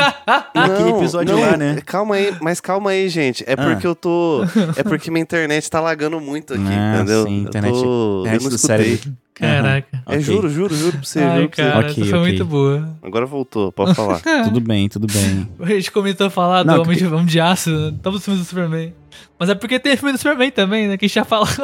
C: Naquele
A: Não,
C: episódio
A: não,
C: lá, né?
A: Calma aí, mas calma aí, gente. É
C: Ah.
A: porque eu tô. É porque minha internet tá lagando muito aqui,
C: Ah,
A: entendeu?
C: sim, internet-
A: eu tô.
C: internet
A: eu não
C: do
A: escutei.
C: cérebro.
B: Caraca.
A: É, juro, juro, juro pra você,
B: Ai,
A: juro pra você.
B: cara, essa
C: Ok,
B: foi
C: ok.
B: muito boa. (laughs)
A: Agora voltou, pode falar.
B: É.
C: Tudo bem, tudo bem.
B: A gente comentou falar
C: Não,
B: do Homem de, Homem de Aço, né? todos os filmes do Superman. Mas é porque tem filme do Superman também, né? Que a gente já falou. (laughs)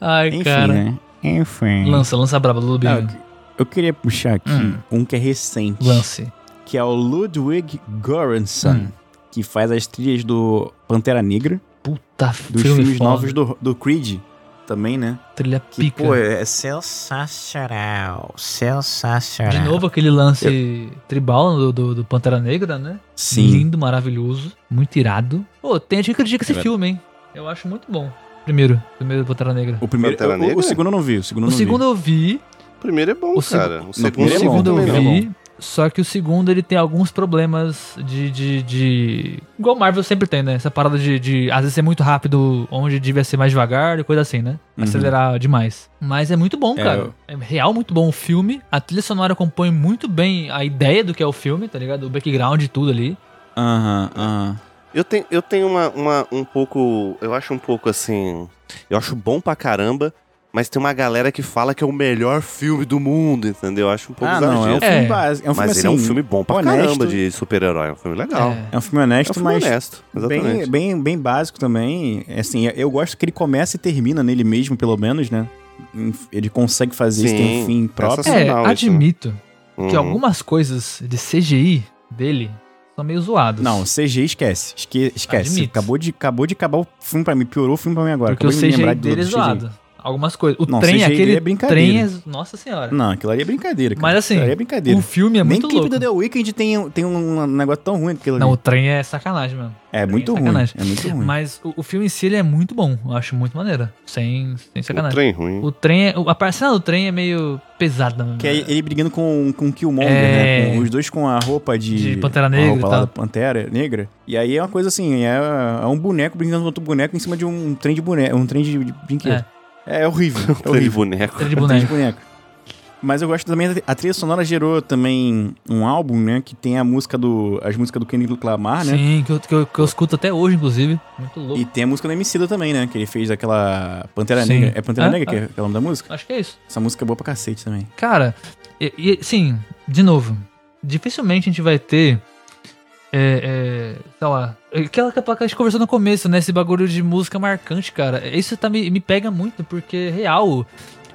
B: Ai,
C: Enfim,
B: cara.
C: né? Enfim.
B: Lança, lança a braba, Lubinho.
C: Ah, eu queria puxar aqui
B: Hum.
C: um que é recente,
B: Lance.
C: que é o Ludwig Göransson,
B: Hum.
C: que faz as trilhas do Pantera Negra,
B: Puta
C: dos
B: filme
C: filmes
B: foda.
C: novos do, do Creed também, né?
B: Trilha
C: Que,
B: pica.
C: pô, é sensacional.
D: Sensacional, sensacional.
B: de novo aquele lance tribal do, do, do Pantera Negra, né?
C: Sim.
B: Lindo, maravilhoso, muito irado. Pô, tem gente que critica esse
C: É verdade.
B: filme, hein? Eu acho muito bom. Primeiro, primeiro Pantera Negra.
C: O primeiro,
A: Pantera
C: o- o,
A: Negra?
C: o segundo eu não vi, o segundo eu
B: O
C: não
B: segundo eu
C: vi.
B: vi,
A: O primeiro é bom,
B: O seg-
A: cara. O
B: o
A: segundo,
C: primeiro é bom,
B: segundo eu
A: também, né?
C: primeiro é
B: vi, só que o segundo ele tem alguns problemas de. de, de... Igual Marvel sempre tem, né? Essa parada de, de às vezes ser muito rápido, onde devia ser mais devagar e coisa assim, né?
C: Uhum.
B: Acelerar demais. Mas é muito bom,
C: É,
B: cara.
C: eu-
B: É real, muito bom o filme. A trilha sonora compõe muito bem a ideia do que é o filme, tá ligado? O background e tudo ali.
C: Aham, aham.
A: Eu tenho, eu tenho uma, uma- um pouco. Eu acho um pouco assim. Eu acho bom pra caramba, mas tem uma galera que fala que é o melhor filme do mundo, entendeu? Eu acho um pouco
C: Ah,
A: exagero.
C: não, é um
B: É.
C: filme básico. É um filme
A: mas
C: assim,
A: ele é um filme bom pra
C: honesto.
A: caramba de super-herói. É um filme legal.
B: É.
C: é um filme honesto,
A: É um filme
C: mas
A: honesto, exatamente.
C: Bem, bem, bem básico também. Assim, eu gosto que ele começa e termina nele mesmo, pelo menos, né? Ele consegue fazer isso, tem
A: Sim,
C: um fim próprio.
A: essa-
B: É,
A: Sensacional isso,
B: admito que
A: Uhum.
B: algumas coisas de CGI dele são meio zoadas.
C: Não, CG esquece. Esque- esquece.
B: Admito.
C: Acabou de, acabou de acabar o filme pra mim. Piorou o filme pra mim agora.
B: Porque o
C: acabou de me
B: CGI
C: lembrar do-
B: dele é
C: do CGI.
B: zoado. Algumas coisas. O
C: Não,
B: trem,
C: CGI
B: aquele
C: dele é brincadeira.
B: trem é. Nossa senhora.
C: Não, aquilo ali é brincadeira. Cara.
B: Mas assim,
C: Aquilo ali é brincadeira.
B: o filme é
C: Nem
B: muito
C: clipe
B: louco.
C: do The Weeknd tem, tem um negócio tão ruim que aquilo ali.
B: Não, o trem é sacanagem, mano.
C: é muito ruim.
B: sacanagem.
C: É muito ruim.
B: Mas o, o filme em si ele é muito bom. Eu acho muito maneiro. Sem, sem
A: Um
B: sacanagem.
A: trem ruim.
B: O trem, é- o- a parcela do trem é meio pesada. mano.
C: Que é ele brigando com, com o Killmonger,
B: É.
C: né? Com, os dois com a roupa de.
B: De Pantera
C: a
B: Negra
C: roupa
B: e
C: lá
B: tal.
C: da Pantera Negra. E aí é uma coisa assim: é, é um boneco brigando com outro boneco em cima de um trem de boneco. Um trem de, de brinquedo. É,
B: (laughs)
C: é horrível. É
A: Trem de
C: horrível.
A: boneco.
B: Trem de
C: É um trem de
B: boneco.
C: boneco. Mas eu gosto também. da- A trilha sonora gerou também um álbum, né? Que tem a música do. As músicas do Kendrick Lamar, né?
B: Sim, que eu, que, eu, que eu escuto até hoje, inclusive. Muito louco.
C: E tem a música do Emicida também, né? Que ele fez aquela Pantera
B: Sim.
C: Negra. É Pantera
B: Ah,
C: Negra que
B: ah.
C: é, que é o nome da música?
B: Acho que é isso.
C: Essa música é boa pra cacete também.
B: Cara, e, e, sim, de novo, dificilmente a gente vai ter. É, é, sei lá. Aquela que a gente conversou no começo, né? Esse bagulho de música marcante, cara. Isso tá, me, me pega muito, porque, real,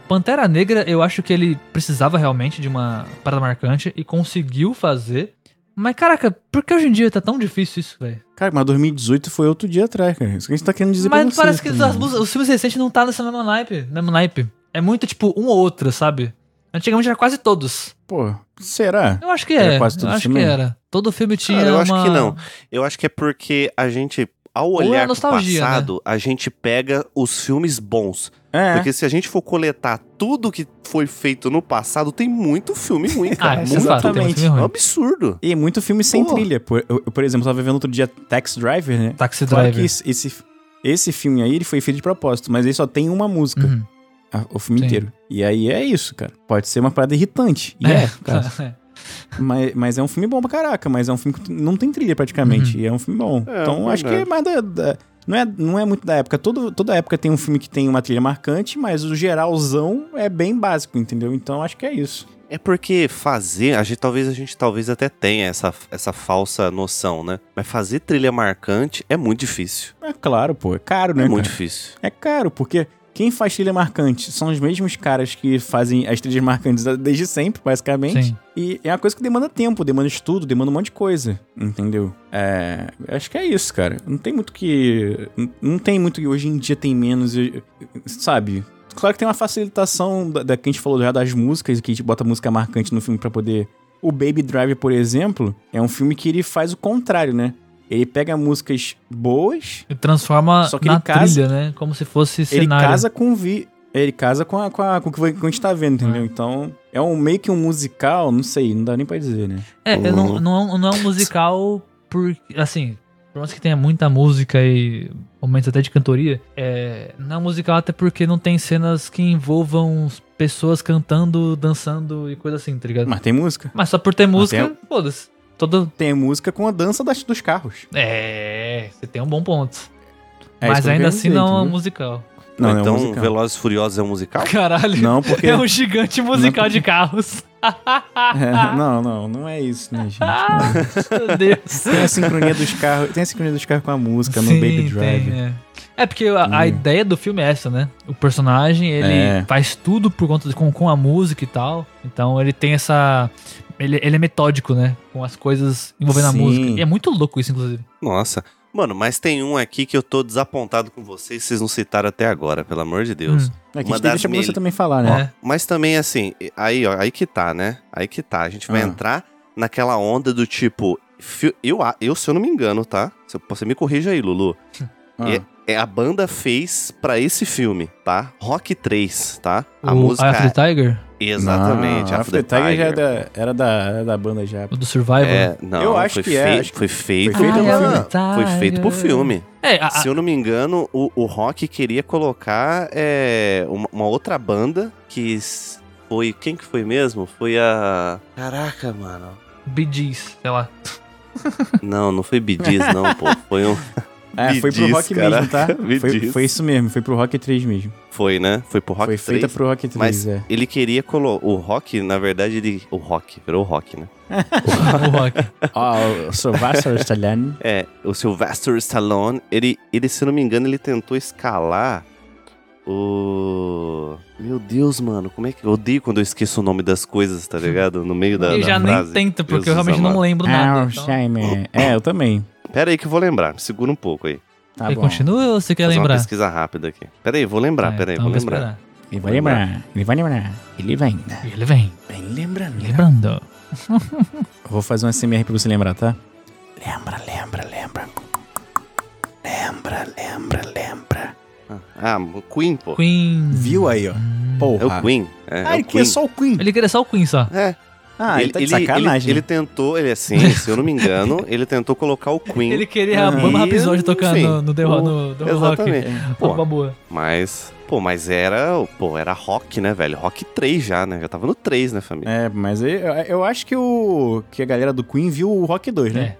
B: Pantera Negra, eu acho que ele precisava realmente de uma parada marcante e conseguiu fazer. Mas, caraca, por que hoje em dia tá tão difícil isso, velho?
C: Cara, mas 2018 foi outro dia atrás, cara. Isso que a gente tá querendo dizer pra
B: Mas
C: vocês
B: parece que
C: também.
B: as músicas- os filmes recentes não tá nessa mesma naipe, mesmo naipe. É muito, tipo, um ou outro, sabe? Antigamente era quase todos.
C: Pô, será?
B: Eu acho que
C: Era
B: é.
C: quase
B: eu
C: tudo
B: acho
C: filme?
B: que era. Todo filme tinha.
A: Cara, eu acho
B: uma-
A: que não. Eu acho que é porque a gente, ao
B: é
A: olhar pro
B: nostalgia, né?
A: passado, a gente pega os filmes bons.
C: É.
A: Porque se a gente for coletar tudo que foi feito no passado, tem muito filme ruim,
B: Ah,
A: cara.
B: isso é
A: muito
B: fato. Tem um
C: exatamente.
B: filme
A: É um
B: ruim.
A: absurdo.
C: E muito filme sem
A: Pô.
C: trilha. Por, eu, eu, por exemplo, tava vendo outro dia Tax Driver, né?
B: Taxi
C: Claro que
B: Driver.
C: esse, esse, esse filme aí ele foi feito de propósito, mas ele só tem uma música.
B: Uhum.
C: a- o filme
B: Sim.
C: inteiro. E aí é isso, cara. Pode ser uma parada irritante. E é,
B: (laughs)
C: cara. Mas, mas é um filme bom pra caraca, mas é um filme que não tem trilha praticamente. E é um filme bom.
A: É,
C: então acho que é
A: verdade.
C: mais da. da- não, é, não é muito da época. Todo, toda época tem um filme que tem uma trilha marcante, mas o geralzão é bem básico, entendeu? Então acho que é isso.
A: É porque fazer, a gente, talvez a gente talvez até tenha essa, essa falsa noção, né? Mas fazer trilha marcante é muito difícil.
C: É claro, pô. É caro, né?
A: É muito
C: cara?
A: difícil.
C: É caro, porque quem faz trilha marcante são os mesmos caras que fazem as trilhas marcantes desde sempre, basicamente.
B: Sim.
C: E é uma coisa que demanda tempo, demanda estudo, demanda um monte de coisa, entendeu? É, acho que é isso, cara. Não tem muito que... n- Não tem muito que hoje em dia tem menos, e- e- sabe? Claro que tem uma facilitação da, da que a gente falou já das músicas, que a gente bota música marcante no filme pra poder... O Baby Driver, por exemplo, é um filme que ele faz o contrário, né? Ele pega músicas boas
B: E transforma
C: Só que
B: na
C: ele casa-
B: trilha, né? Como se fosse
C: ele
B: cenário.
C: casa com vi ele casa com, a, com, a- com o que vai- com o que a gente tá vendo, entendeu? Então, é um meio que um musical, não sei, não dá nem pra dizer, né?
B: É, eu não, não, não é um musical por. Assim, por mais que tenha muita música e momentos até de cantoria, é, não é um musical até porque não tem cenas que envolvam pessoas cantando, dançando e coisa assim, tá ligado? Mas,
C: Mas tem música.
B: só por ter
C: Mas um-
B: música, foda-se. Todo.
C: Tem música com a dança das, dos carros.
B: É, você tem um bom ponto.
C: É isso
B: Mas
C: que eu
B: ainda
C: quero
B: assim
C: dizer,
B: não é um
C: entendeu?
B: musical.
C: Não, não é um
A: então,
C: musical.
A: Velozes e Furiosos é um
C: (laughs)
A: musical?
B: Caralho.
C: Não,
B: (laughs)
C: porque...
B: É um gigante musical de carros.
C: (laughs) É, não, não, não é isso, né, gente? Não.
B: Meu Deus.
C: Tem a sincronia dos carros, tem a sincronia dos carros com a música no Baby Drive.
B: tem, é. É porque a, a
C: Hum.
B: ideia do filme é essa, né? O personagem, ele
C: É.
B: faz tudo por conta de, com, com a música e tal. Então ele tem essa. Ele, ele é metódico, né? Com as coisas envolvendo a
C: Sim.
B: música. E é muito louco isso, inclusive.
A: Nossa. Mano, mas tem um aqui que eu tô desapontado com vocês, vocês não citaram até agora, pelo amor de Deus.
B: Hum,
C: É que
A: Uma
C: a gente
A: das
C: deixa pra você
A: mil-
C: também falar, né?
B: é.
A: Mas também, assim, aí, ó, aí que tá, né? Aí que tá. A gente vai
C: Ah.
A: entrar naquela onda do tipo. fi- Eu, a- eu, se eu não me engano, tá? Se eu- Você me corrija aí, Lulu.
C: Ah,
A: É, a banda fez pra esse filme, tá? Rock 3, tá? A
B: o
A: música.
B: Eye of the Tiger,
A: Exatamente.
C: Não,
A: After the Tiger.
C: Ah, já era da, era, da, era da banda já.
B: o do Survival.
A: É, não,
C: Eu acho
A: foi
C: que é,
A: fei-
C: acho que
A: Foi feito.
C: foi feito pro
A: Ah,
B: filme.
A: Foi feito pro filme.
B: É, a- a-
A: Se eu não me engano, o, o Rock queria colocar é, uma, uma outra banda que s- foi. Quem que foi mesmo? Foi a. Caraca, mano.
B: Bee Gees, sei lá. (laughs)
A: Não, não foi Bee Gees, não,
C: (laughs)
A: pô. Foi um.
C: É,
A: Me
C: foi pro
A: diz,
C: rock mesmo, tá?
A: caraca, (laughs) me
C: Foi,
A: diz.
C: foi isso mesmo, foi pro rock 3 mesmo.
A: Foi, né? Foi pro Rock
C: foi
A: 3.
C: feita pro Rock 3,
A: mas-
C: é.
A: Ele queria colocar. O Rock, na verdade, ele. O Rock, virou o Rock, né?
B: o rock.
C: Ó, o Sylvester (laughs) Stallone.
A: É, o Sylvester Stallone, ele, ele, se eu não me engano, ele tentou escalar o. Meu Deus, mano, como é que. Eu odeio quando eu esqueço o nome das coisas, tá ligado? No meio da.
B: eu
A: da
B: já nem
A: frase.
B: tento, porque eu
A: Jesus
B: realmente
A: amado.
B: não lembro
C: Ah,
B: nada. Então,
C: Alzheimer. É, eu também.
A: Pera aí que eu vou lembrar, segura um pouco aí.
C: Tá
B: Você
C: bom.
B: continua ou você quer
A: Fazer
B: lembrar?
A: uma pesquisa rápida aqui. Pera aí, vou lembrar,
B: É,
A: pera aí,
B: então
A: vou
B: eu
A: lembrar.
B: esperar.
C: Ele vai lembrar. Ele vai lembrar. Ele vai ainda.
B: Ele vem,
C: Vem lembrando.
B: lembrando.
C: Eu Vou fazer um SMR pra você lembrar, tá? Lembra, lembra, lembra. Lembra, lembra, lembra.
A: Ah, o Queen, pô.
B: Queen.
C: Viu aí, ó? Porra.
A: É o Queen. É, é
C: Ah,
A: o
C: ele
A: Queen.
C: quer só o Queen.
B: Ele queria só o Queen só.
A: É,
C: Ah, ele, tá de sacanagem.
A: ele tentou, ele assim, se eu não me
B: (laughs)
A: engano, ele tentou colocar o Queen.
B: Ele queria a
C: Uhum.
B: Bama Rhapsody
A: Enfim,
B: tocando no, no The
A: o-
B: Rock. No, The Rock. é. Tá
A: Exatamente.
B: Pô,
A: Pô,
B: uma boa.
A: mas, pô, mas era, pô, era rock, né, velho? Rock 3 já, né? Já tava no 3, né, família?
C: É, mas eu, eu acho que, o, que a galera do Queen viu o Rock 2, né?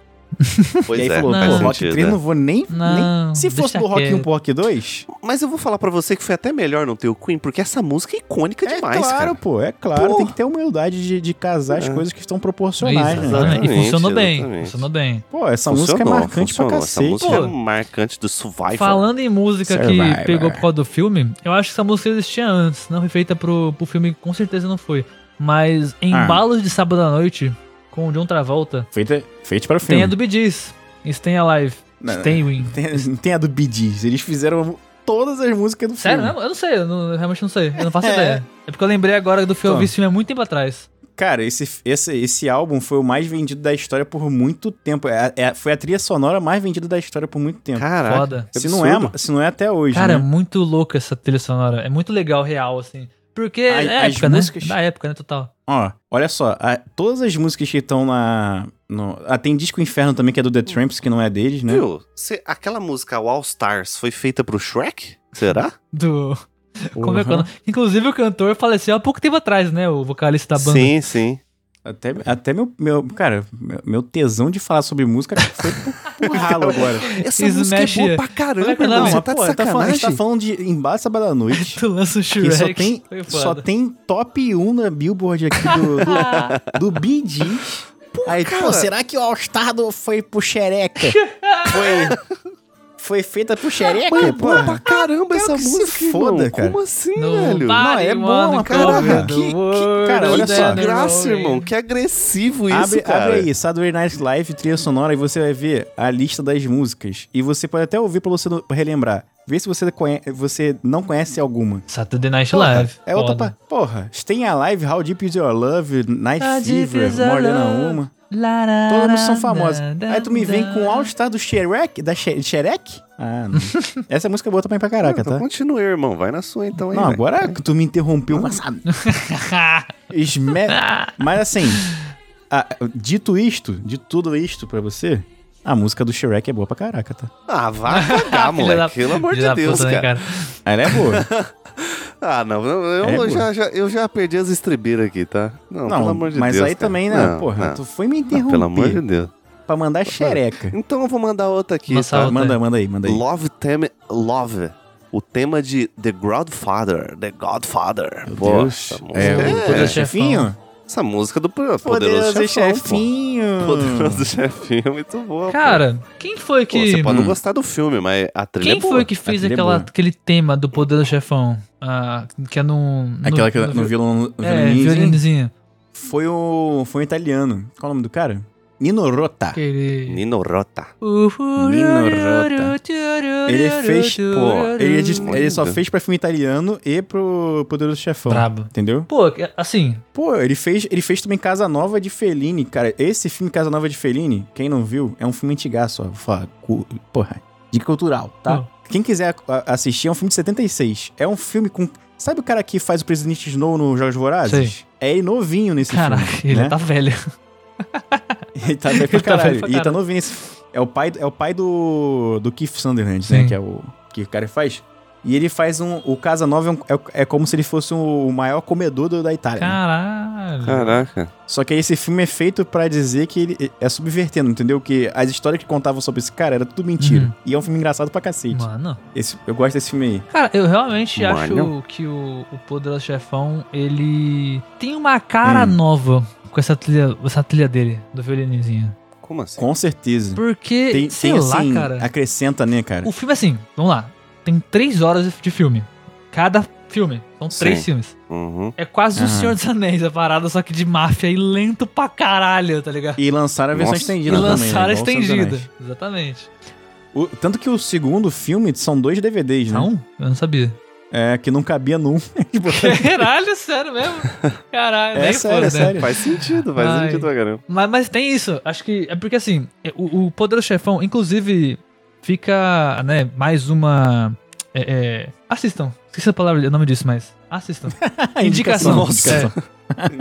A: Pois
C: e aí
A: é,
C: falou,
A: faz
C: pô,
A: sentido,
C: Rock 3
A: né?
C: não vou nem... nem...
B: Não.
C: Se fosse
B: deixa
C: do Rock 1
B: quieto.
C: pro Rock 2,
A: Mas eu vou falar pra você que foi até melhor não ter o Queen, porque essa música é icônica demais,
C: é claro,
A: cara.
C: pô, é claro.
A: Pô.
C: Tem que ter humildade de, de casar as
A: É.
C: coisas que estão proporcionais, né?
B: Exatamente.
A: Exatamente,
B: E funcionou bem.
A: exatamente.
B: Funcionou bem.
C: Pô, essa música é
A: Funcionou,
C: marcante pra
A: funcionou.
C: cacete.
A: Essa música
B: Pô.
A: é marcante do Survivor.
B: Falando em música que
C: Survivor. é.
B: pegou por causa do filme, eu acho que essa música existia antes. Não foi feita pro, pro filme, com certeza não foi. Mas em
C: Ah.
B: Balas de Sábado à Noite, com o John
A: é
B: Travolta,
C: Feita, feita para
B: tem
C: filme.
B: a do Bee Gees. Stay Alive.
C: Não, não.
B: Stay Win.
C: Tem, tem a do Bee Gees. Eles fizeram todas as músicas do
B: Sério?
C: filme.
B: Não, eu não sei, eu, não- eu realmente não sei. Eu não faço
C: É.
B: ideia. É porque eu lembrei agora do filme, eu vi esse filme há muito tempo atrás.
C: Cara, esse, esse, esse álbum foi o mais vendido da história por muito tempo. É- é- foi a trilha sonora mais vendida da história por muito tempo.
A: Caraca.
B: Foda.
C: se, não é,
A: absurdo.
C: se não é até hoje,
B: Cara, é
C: né?
B: muito louca essa trilha sonora. É muito legal, real, assim. Porque
C: A-
B: é
C: as
B: época, né?
C: músicas-
B: Da época, né, total.
C: Ó, olha só. a- todas as músicas que estão na... no- ah, tem Disco Inferno também, que é do The Tramps, que não é deles, né?
A: Viu? Cê- aquela música All Stars foi feita pro Shrek? Será?
B: Do. (laughs) Como
A: Uhum.
B: é que é o nome? Inclusive o cantor faleceu há pouco tempo atrás, né? O vocalista da banda.
A: Sim, sim.
C: Até, até meu, meu. Cara, meu, meu tesão de falar sobre música foi pro,
A: (laughs)
C: pro ralo agora.
A: Essa
B: Smash-
A: música é boa pra caramba,
B: Olha que
A: irmão.
B: nome.
A: Você tá de
C: Pô, tá falando, a gente tá
A: sacanagem?
C: falando de Embaixo da Noite.
B: Tu lança (laughs) o Shrek.
C: Que só tem,
B: Foi foda.
C: só tem top 1 na Billboard aqui do,
A: (laughs)
C: do, do BD. Aí,
A: cara.
C: pô, será que o All Star do- foi
A: (laughs)
C: pro xereca? foi, foi feita pro xereca,
A: Mano, é
C: pô?
A: boa pra caramba
C: Quero
A: essa
C: que se
A: música,
C: foda,
A: irmão.
C: cara.
A: Como assim,
B: No
A: velho?
B: bar,
C: Não, é
B: Party,
C: bom,
B: mano,
C: caraca.
A: cover
C: Que,
B: do
C: que-
A: Olha
C: cara, olha
B: World.
A: só,
C: só.
B: né,
A: graça,
B: meu?
A: irmão. Que agressivo Tipo isso,
C: Abre,
A: cara.
C: abre aí, Saturday Night Live, trilha sonora, e você vai ver a lista das músicas. E você pode até ouvir pra você não- pra relembrar. Vê se você, conhe- você não conhece alguma.
B: Saturday Night
C: Porra,
B: Live.
C: É outra
B: Foda.
C: parte. Porra, tem a live How Deep Is Your Love, Night
B: How Deep
C: Fever,
B: Is Your
C: Mordendo a
B: Love.
C: Uma.
B: Lá, lá,
C: Todas elas são
B: lá,
C: famosas.
B: lá,
C: Aí tu me vem
B: lá.
C: com o All Star do Shrek, da She- Shrek?
B: (laughs)
C: Ah, não. Essa música é boa também pra caraca,
A: Então
C: tá?
A: continue, irmão. Vai na sua então aí.
C: Não,
A: velho.
C: agora que tu me interrompeu, mas sabe? (laughs) Esme... Mas assim, ah, dito isto, de tudo isto pra você, a música do Shrek é boa pra caraca, tá?
A: Ah, vai cagar,
B: Filha da-
A: moleque. Pelo amor
B: filha
A: de
B: da
A: Deus,
B: puta, né,
A: cara.
C: Ela é boa.
A: Ah, não. Eu, eu
C: É, pô.
A: já, já- eu já perdi as estribeiras aqui, tá? Não,
C: (laughs) Não,
A: pelo amor de
C: mas
A: Deus.
C: aí
A: cara.
C: também, né?
A: Não,
C: porra,
A: não.
C: tu foi me
A: Não,
C: interromper
A: pelo amor de Deus.
C: pra mandar xereca.
A: Então eu vou mandar outra aqui.
B: Nossa,
A: tá?
B: outra.
C: Manda, manda aí, manda aí.
A: Love Theme Love. O tema de The Godfather. The Godfather.
C: Meu
A: Pô,
C: Deus.
A: Essa música,
C: É, o
A: é,
C: Poderoso
B: Chefão.
C: Chefinho?
A: essa música do Poderoso,
C: Poderoso
A: Chefão, pô.
C: Chefinho.
A: Poderoso Chefinho é muito boa. pô.
B: Cara, quem foi
A: Pô,
B: que.
A: você pode
C: Hum.
A: não gostar do filme, mas a trilha
B: Quem
A: é boa.
B: foi que fez
C: trilha é
B: aquela,
C: boa.
B: aquele tema do Poder do Chefão? Ah, que é no. no-
C: Aquela que no
B: no,
C: violão, no
B: É,
C: violinizinho.
B: violinozinho.
C: Foi o. Foi um italiano. Qual o nome do cara? Nino Rota.
B: Aquele.
A: Nino Rota.
C: Minorota. Ele fez. Pô, ele, edi-
A: Lindo.
C: ele só fez pra filme italiano e pro Poderoso Chefão.
B: Brabo.
C: Entendeu?
B: Pô, assim,
C: Pô, ele fez, ele fez também Casa Nova de Fellini, cara. Esse filme Casa Nova de Fellini, quem não viu, é um filme antigaço, ó. Fala, cu- Porra, de cultural, tá?
B: Hum.
C: Quem quiser a- a- assistir, é um filme de 76. É um filme com... Sabe o cara que faz o Presidente Snow no Jogos Vorazes?
B: Sei.
C: É ele novinho nesse
B: caraca,
C: filme,
B: ele
C: né?
B: tá velho.
C: (laughs) Ele tá bem
B: Ele
C: pra
B: tá
C: caralho.
B: bem pra
C: e tá
B: caralho.
C: novinho. esse- É o pai, é o pai do, do Keith Sunderland, né?
B: Sim.
C: Que é o que o cara faz. E ele faz um. O Casanova é, um- é, o- é como se ele fosse o maior comedor do- da Itália. né?
B: Caralho.
A: Caraca.
C: Só que aí esse filme é feito pra dizer que ele é subvertendo, entendeu? Que as histórias que contavam sobre esse cara era tudo mentira.
B: Uhum.
C: E é um filme engraçado pra cacete.
B: Mano.
C: Esse, eu gosto desse filme aí.
B: Cara, eu realmente
A: Mano.
B: acho que o, o Poderoso Chefão, ele tem uma cara
C: Hum.
B: nova com essa trilha, essa trilha dele, do violinozinho.
A: Como assim?
C: Com certeza.
B: Porque,
C: Tem,
B: sei
C: tem,
B: lá,
C: assim,
B: cara.
C: acrescenta, né, cara?
B: O filme é assim, vamos lá. Tem três horas de filme. Cada filme. São três
A: Sim.
B: filmes.
A: Uhum.
B: É quase o
C: Aham.
B: Senhor dos Anéis, a parada, só que de máfia e lento pra caralho, tá ligado?
C: E lançaram a versão
A: Nossa.
B: E
C: estendida também.
B: lançaram a
C: né? Igual o Senhor dos
B: estendida.
C: Anéis.
B: Exatamente.
C: O- tanto que o segundo filme são dois DVDs, né?
B: Não? Tá um? Eu não
C: (laughs)
B: sabia.
C: É, que não cabia num. (laughs)
B: (laughs)
C: Eles botaram-
B: Caralho, sério mesmo. Caralho,
C: é
B: nem
C: sério,
B: foda,
C: é
B: né?
C: sério.
A: Faz sentido, faz
B: Ai.
A: sentido pra caramba.
B: Mas, mas tem isso. Acho que. É porque assim, o, o Poderoso Chefão, inclusive, fica, né, mais uma. É, é, assistam. Esqueci a palavra, o nome disso, mas. Assistam. Indicação.
C: Ah,
B: É.
C: Indicação.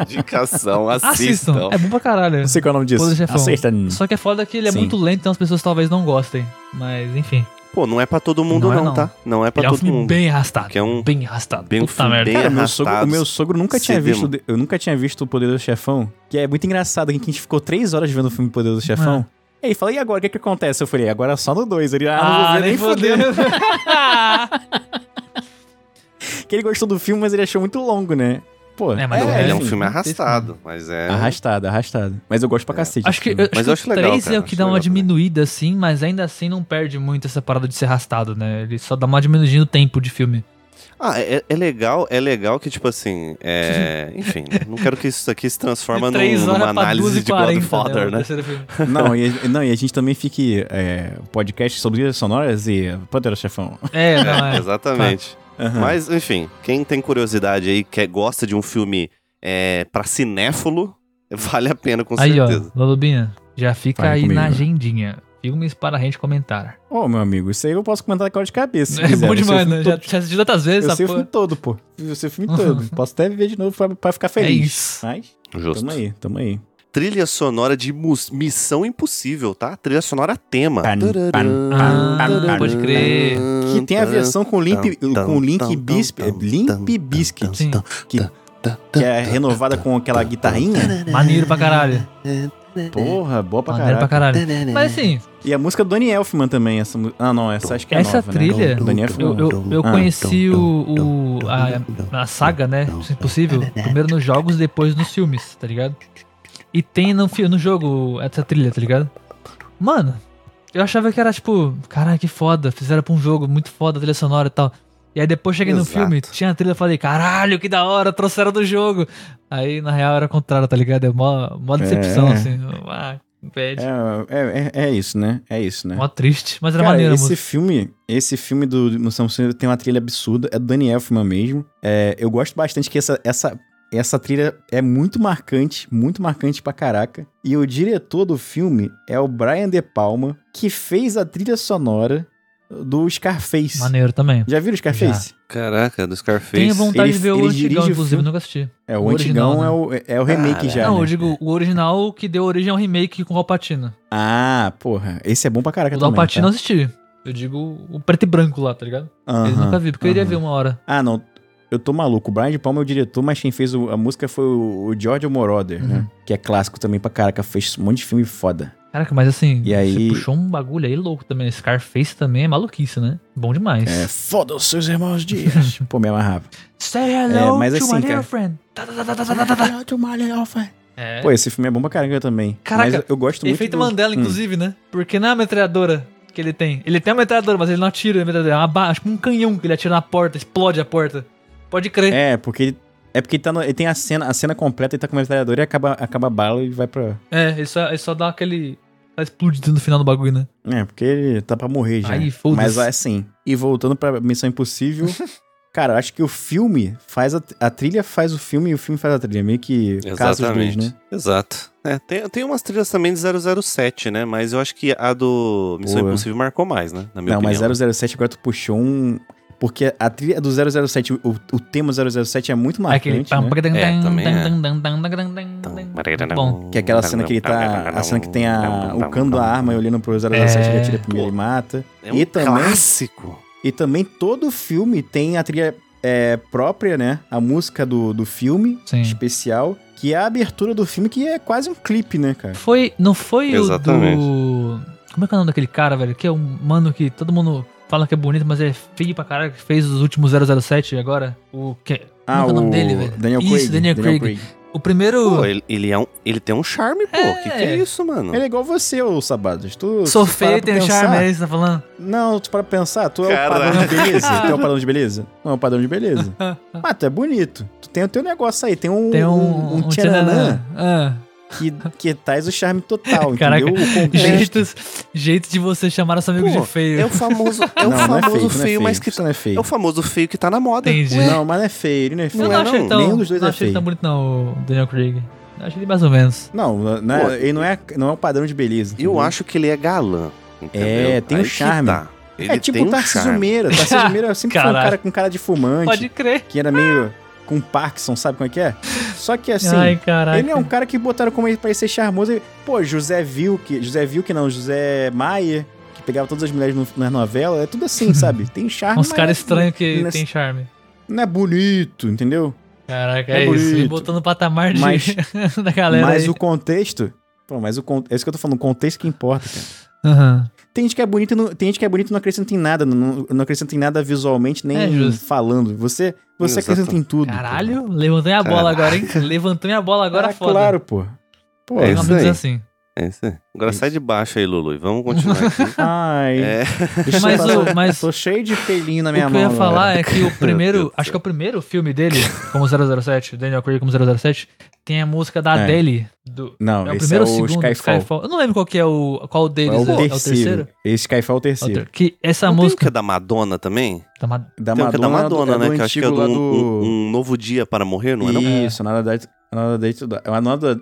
A: Indicação,
B: (laughs) Assistam.
A: (laughs) assistam.
B: É bom pra caralho.
C: Não sei qual é o nome disso.
B: Poderoso Chefão.
C: Acerta.
B: Só que é foda que ele é
C: Sim.
B: muito lento, então as pessoas talvez não gostem. Mas, enfim.
A: Pô, não é pra todo mundo
B: Não é
A: não,
B: não.
A: tá? Não é pra
B: Ele é um
A: todo
B: filme
A: mundo.
B: bem arrastado.
A: Que é um-
B: Bem arrastado.
A: bem um
B: Puta
A: filme
B: merda.
A: bem
C: Cara, meu sogro, o meu
A: Arrastados.
C: sogro nunca tinha
A: Cinema.
C: visto. Eu nunca tinha visto o Poder do Chefão. Que é muito engraçado que a gente ficou três horas vendo o filme Poder do Chefão.
B: É.
C: E Aí fala, e agora? O que, que acontece? Eu falei, agora é só no dois. Ele, ah, não vou ver nem fodendo. (laughs) Porque ele gostou do filme, mas ele achou muito longo, né? Pô,
B: É, mas
A: É, ele é um
B: enfim,
A: filme
B: não tem
A: arrastado, mas é.
C: Arrastado, arrastado. Mas eu gosto pra
B: (laughs)
C: cacete.
B: acho que, eu,
A: Mas
B: acho
A: eu
B: que
A: acho legal,
B: três
A: cara,
B: é o que
A: acho
B: dá uma
A: legal também.
B: diminuída, assim, mas ainda assim não perde muito essa parada de ser arrastado, né? Ele só dá uma diminuindo o tempo de filme.
A: Ah, é, é legal, é legal que, tipo assim, é...
B: (laughs)
A: enfim, né? não quero que isso aqui se transforma
B: de três
A: num- numa
B: horas pra
A: análise
B: 12
A: de Godfather,
B: né? o
A: né?
B: terceiro filme.
C: Não, e, não, e a gente também fique é, podcast sobre trilhas sonoras e Poder do Chefão.
B: É, não (laughs) é.
A: Exatamente.
C: Aham.
A: Mas, enfim, quem tem curiosidade aí, que gosta de um filme é, pra cinéfalo, (laughs) vale a pena, com
B: aí, ó,
A: certeza.
B: Lolubinha, já fica
C: Fale
B: aí
C: comigo.
B: na
C: né?
B: agendinha. Filmes para a gente comentar.
C: Ô, meu amigo, isso aí eu posso comentar agora de cabeça. se
B: (laughs) É
C: quiser.
B: bom
C: Eu sei o
B: demais,
C: filme
B: né? Já,
C: todo.
B: já assisti tantas vezes
C: Eu
B: essa
C: sei o filme
B: porra. Uhum.
C: todo, pô. Eu sei o filme todo. posso até ver de novo pra, pra ficar feliz.
B: É isso.
C: Mas,
A: Justo.
C: tamo aí, tamo aí.
A: trilha sonora de mus- Missão Impossível, tá? Trilha sonora tema.
C: Pan, pan, pan,
B: pan, pan. Ah, Pode crer.
C: Que tem a versão com o Limp,
A: Tam,
C: com o Link
A: tam,
C: Bisp,
A: tam, tam, tam,
C: Limp
A: tam,
C: Biscuit,
A: tam,
B: Sim.
A: tam,
C: que-
A: tam, tam,
C: que é
A: tam,
C: renovada com aquela guitarrinha.
B: Maneiro pra caralho.
C: Porra, boa pra
B: Maneiro pra
C: caralho.
B: caralho. Mas assim,
C: E a música é do Donny Elfman também, essa mu- Ah, não, essa acho que é
B: Essa
C: nova,
B: trilha-
C: né? Donny Elfman.
B: eu, eu, eu
C: Ah. então,
B: conheci o, o- a, a saga, né? Se
C: (laughs)
B: possível. Primeiro nos jogos, depois nos filmes, tá ligado? E tem no, fi- no jogo essa trilha, tá ligado? Mano, eu achava que era tipo, caralho, que foda. Fizeram pra um jogo muito foda a trilha sonora e tal. E aí depois cheguei no
A: Exato.
B: filme, tinha a trilha e falei, caralho, que da hora, trouxeram do jogo. Aí na real era o contrário, tá ligado? É mó, mó decepção,
C: É.
B: assim. Ah, bad.
C: É, é, é- é isso, né? É isso, né?
B: Mó triste, mas era
C: Cara,
B: maneiro,
C: esse
B: mano.
C: filme, esse filme do do Missão Impossível tem uma trilha absurda, é do Danny Elfman mesmo. É, eu gosto bastante que essa, essa, essa trilha é muito marcante, muito marcante pra caraca. E o diretor do filme é o Brian De Palma, que fez a trilha sonora do Scarface.
B: Maneiro também.
C: Já viram o Scarface?
A: Caraca, do Scarface.
B: Tenho vontade
C: Ele-
B: de ver o
C: ele
B: antigão,
C: dirige o
B: inclusive,
C: filme.
B: nunca assisti.
C: É, o,
B: O
C: antigão
B: original, né?
C: é, o, é o remake
A: Caralho.
C: já.
B: não,
C: né?
B: eu digo o original que deu origem ao remake com o Alpatino.
C: Ah, porra, esse é bom pra caraca
B: O do
C: também.
B: Alpatino eu
C: tá?
B: assisti. Eu digo o preto e branco lá, tá ligado? Ele
C: Aham,
B: nunca vi, porque eu iria
C: aham.
B: ver uma hora.
C: Ah, não. Eu tô maluco. O Brian de Palma é o diretor, mas quem fez o- a música foi o, o George Moroder,
B: Uhum.
C: né? Que é clássico também pra caraca. Fez um monte de filme foda.
B: Caraca, mas assim,
C: E aí-
B: você puxou um bagulho aí louco também. Scarface também é maluquice, né? Bom demais. (laughs)
C: É, foda os seus irmãos dias. Pô, me amarrava.
B: Say hello
C: É, mas
B: to
C: assim,
B: my
C: cara-
B: little friend. Tá, tá, tá, tá, tá, tá, tá, tá. É.
C: Pô, esse filme é bom pra caraca também.
B: Caraca,
C: mas eu gosto muito.
B: Efeito
C: do-
B: Mandela,
C: Hum.
B: inclusive, né? Porque na metralhadora que ele tem, ele tem a metralhadora, mas ele não atira na metralhadora. É uma barra, tipo um canhão que ele atira na porta, explode a porta. Pode crer.
C: É, porque ele. É porque ele, tá no- ele tem a cena, a cena completa, ele tá com o metralhador e acaba, acaba a bala e vai pra.
B: É, ele só, ele só dá aquele. Tá explodindo no final do bagulho, né?
C: É, porque ele tá pra morrer já.
B: Aí, foda-se.
C: Mas assim, e voltando pra
B: (laughs)
C: Missão Impossível, cara, eu acho que o filme faz a, a trilha faz o filme e o filme faz a trilha. Meio que casa os dois,
A: Exatamente.
C: né?
A: Exato. É, tem, tem umas trilhas também de 007, né? Mas eu acho que a do Missão
C: Boa.
A: Impossível marcou mais, né? Na minha
C: Não,
A: opinião.
C: mas 007 agora tu puxou um... Porque a trilha do 007, o, o tema 007 é muito
B: É
C: marcante,
B: aquele.
C: né?
A: É, também é. Então,
B: Bom.
C: Que é aquela cena que ele tá... A cena que tem a, o cano da arma e olhando pro 007,
B: É.
C: ele atira primeiro e mata.
A: É um
C: E também-
A: clássico.
C: E também todo filme tem a trilha é, própria, né? A música do, do filme,
B: Sim.
C: especial, que é a abertura do filme, que é quase um clipe, né, cara?
B: Foi. Não foi
A: Exatamente.
B: o do. Como é que é o nome daquele cara, velho? Que é um mano que todo mundo fala que é bonito, mas é feio pra caralho, que fez os últimos 007 agora. O que? Como é que é o nome dele, velho?
C: Ah, Daniel
B: Isso,
C: Craig.
B: Daniel Craig. O primeiro.
A: Pô, ele, ele é um, ele tem um charme, pô.
B: É.
A: Que que é isso, mano?
C: Uh. Ele é igual você, ô Sabados. Tu,
B: Sou
C: se tu parar
B: feio,
C: pra
B: tem
C: pensar-
B: charme, é isso que tá falando?
C: Não, tu para pra pensar, tu é o
A: Caraca.
C: padrão de beleza. tu é o padrão de beleza? Não é o padrão
B: (laughs)
C: de beleza. Mas tu é bonito. Tu tem o teu negócio aí. Tem um,
B: Tem um.
C: um, um
B: tchananã.
C: tchananã
B: Ah.
C: que, que traz o charme total,
B: (laughs) Caraca.
C: entendeu? O contexto.
B: Jeitos, jeitos de você chamar seu amigo
A: Pô,
B: de feio.
A: É o famoso, é o
C: Não, não
A: famoso
C: é
A: feio,
C: feio, não é feio.
A: mas que
C: Isso não é feio.
A: é o famoso feio que tá na moda.
B: Entendi.
C: Não, mas não é feio, ele não é feio.
B: Eu não
A: é,
B: achei
A: não.
B: tão.
C: Nenhum dos dois
B: não
C: é
B: achei ele
C: feio.
B: tão bonito, não, o Daniel Craig. Eu achei ele mais ou menos.
C: Não, não é-
A: Pô,
C: ele não é, não é o padrão de beleza.
A: Eu
C: entendeu?
A: acho que ele é galã. Entendeu?
C: É, tem um
A: Aí que
C: charme.
A: tá. Ele
C: É tipo
A: tem
C: o
A: um
C: Tarcísio
A: charme.
B: (laughs)
C: Meira. Tarcísio Meira sempre foi um
B: Caralho.
C: cara com cara de fumante,
B: Pode crer.
C: que era meio com Parkinson, sabe como é que é? Só que assim,
B: Ah! Ai, caraca.
C: Ele é um cara que botaram como ele pra ser charmoso. Ele- Pô, José Vilke, José Vilke não, José Maia, que pegava todas as mulheres no, nas novelas, é
B: (laughs)
C: tudo assim, sabe? Tem charme.
B: Uns
C: mas
B: caras estranhos que
C: nesse-
B: tem charme.
C: Não é bonito, entendeu?
B: Caraca, é,
C: É
B: isso. Me
C: bonito.
B: botou no patamar de...
C: Mas-
B: (laughs) da galera é.
C: mas
B: aí.
C: o contexto. Pô, mas o con- é isso que eu tô falando, o contexto que importa, cara.
B: Aham.
C: Tem gente que é bonito, e não, tem gente que é bonito e não acrescenta em nada, não, não acrescenta em nada visualmente nem
B: É justo.
C: falando. Você, você
A: Exato.
C: acrescenta em tudo. cara.
B: Caralho, levantei a bola agora, hein?
C: (laughs)
B: Levantei a bola agora,
C: é,
B: foda.
C: claro, pô. Pô,
A: É
B: Pelo
A: isso
B: menos
A: aí.
B: assim.
A: É isso aí. Agora sai de baixo aí, Lulu, e vamos continuar
C: (laughs)
A: aqui.
C: ai.
A: É,
C: deixa eu
B: Mas o-
C: passar-
B: mas-
C: tô cheio de pelinho na
B: O
C: minha
B: que eu
C: mão.
B: ia
C: agora.
B: falar
C: (laughs)
B: é que o
A: Meu Deus
B: primeiro,
A: do
B: acho que é o primeiro filme dele, como 007, Daniel Craig como 007, tem a música da
C: É.
B: Adele. Do,
C: Não,
B: é o
C: esse
B: primeiro
C: é o
B: ou segundo
C: Skyfall.
B: Eu não lembro qual que é o. Qual
C: É
B: deles
C: o,
B: é,
C: terceiro.
B: é o terceiro.
C: Esse Skyfall
B: É
C: é o
B: o ter-
C: terceiro.
B: Que essa
A: Não tem
B: música.
A: que é da Madonna também?
B: Tá (laughs) ma-
C: Da
A: Tem o que é da Madonna,
C: é do-
A: né?
C: é do
A: que eu acho que é do,
C: antigo lá
A: um,
C: do-
A: um novo dia para morrer, não é? Não?
C: Isso, Another Day. Another Day to Die. É
B: (laughs)
C: Another...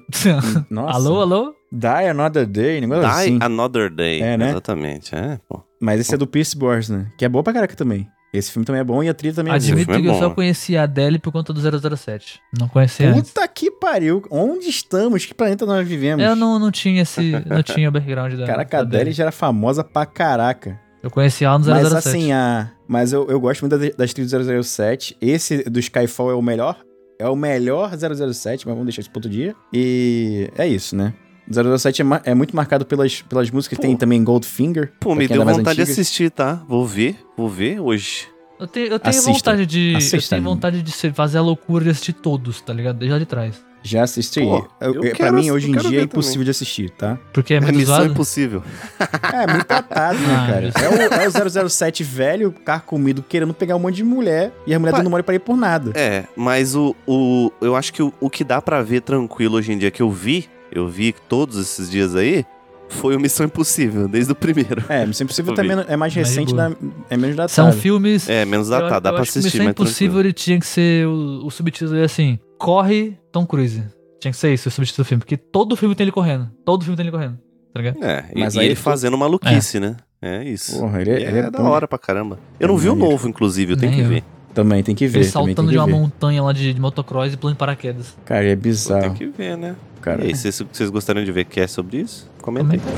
C: Nossa.
B: alô, alô?
C: Die Another Day, negócio
A: Die
C: assim.
A: Another Day.
C: É, né?
A: Exatamente. É, pô.
C: Mas esse é do Pierce Brosnan, que é né? boa pra caraca também. Esse filme também é bom e a trilha também é boa.
A: Admito
B: Admito
A: filme é
B: que eu só
A: bom.
B: conheci a Adele por conta do 007. Não conhecia antes.
C: Puta que pariu. Onde estamos? Que planeta nós vivemos?
B: Eu não, não tinha esse. Não tinha o background da.
C: Caraca, a
B: da Adele.
C: Adele já era famosa pra caraca.
B: Eu conheci ela no 007.
C: Mas assim, a... mas eu, eu gosto muito da- das trilhas do 007. Esse do Skyfall é o melhor. É o melhor 007, mas vamos deixar isso pro outro dia. E é isso, né? 007 é, ma- é muito marcado pelas, pelas músicas.
A: Pô.
C: Tem também Goldfinger.
A: Pô,
C: pra
A: me
C: quem é
A: deu
C: mais
A: vontade de
C: antiga.
A: assistir, tá? Vou ver, vou ver hoje.
B: eu tenho, eu tenho
C: assista.
B: vontade de. eu
C: Assista. né?
B: tenho vontade de ser- fazer a loucura de assistir todos, tá ligado? Desde lá de trás.
C: Já assisti.
A: Pô,
C: Eu-
A: eu
C: eu- pra
A: quero
C: mim,
A: ass-
C: hoje
A: eu
C: em
A: quero
C: dia, é
A: ver
C: impossível
A: também.
C: de assistir, tá?
B: Porque é
A: É (laughs)
B: muito
A: missão
B: zoado.
A: impossível.
C: (laughs) É muito atado, né,
B: Ah,
C: cara? É o, é o 007 velho, carcomido, querendo pegar um monte de mulher. E as mulheres
A: Ué.
C: dando mole pra ele por nada.
A: É, mas o, o eu acho que o, o que dá pra ver tranquilo hoje em dia que eu vi, eu vi todos esses dias aí, foi o Missão Impossível, desde o primeiro.
C: É, Missão Impossível
A: Eu vi.
C: também é
B: Mas
C: mais
B: de
C: recente,
B: boa.
C: na- é menos datado.
B: São filmes.
A: É, menos
B: eu-
A: datado, dá
B: eu
A: pra
B: acho que
A: assistir,
B: Missão
A: mas
B: Impossível
A: tranquilo.
B: ele tinha que ser. O, o subtítulo é assim: Corre Tom Cruise. Tinha que ser isso, o subtítulo do filme. Porque todo filme tem ele correndo. Todo filme tem ele correndo. Tá ligado?
A: É, e-
C: Mas
A: e,
C: aí
A: ele
C: tu-
A: fazendo maluquice, né? É isso.
C: Porra, ele,
A: E
C: é- ele
A: é,
C: é
A: da
C: bom.
A: hora pra caramba. Eu não
C: É
A: vi o
C: maneiro.
A: novo, inclusive, eu tenho
B: Nem
A: que
B: eu.
A: ver.
C: Também tem que ver.
B: ele
C: também tem
B: saltando
C: que
B: de uma
C: ver.
B: montanha lá de, de motocross e pulando em paraquedas.
C: Cara, é
A: Eu tenho
C: bizarro,
A: que ver, né?
C: cara.
A: E aí, vocês, vocês gostariam de ver que é sobre isso? Comenta aí.
B: Também.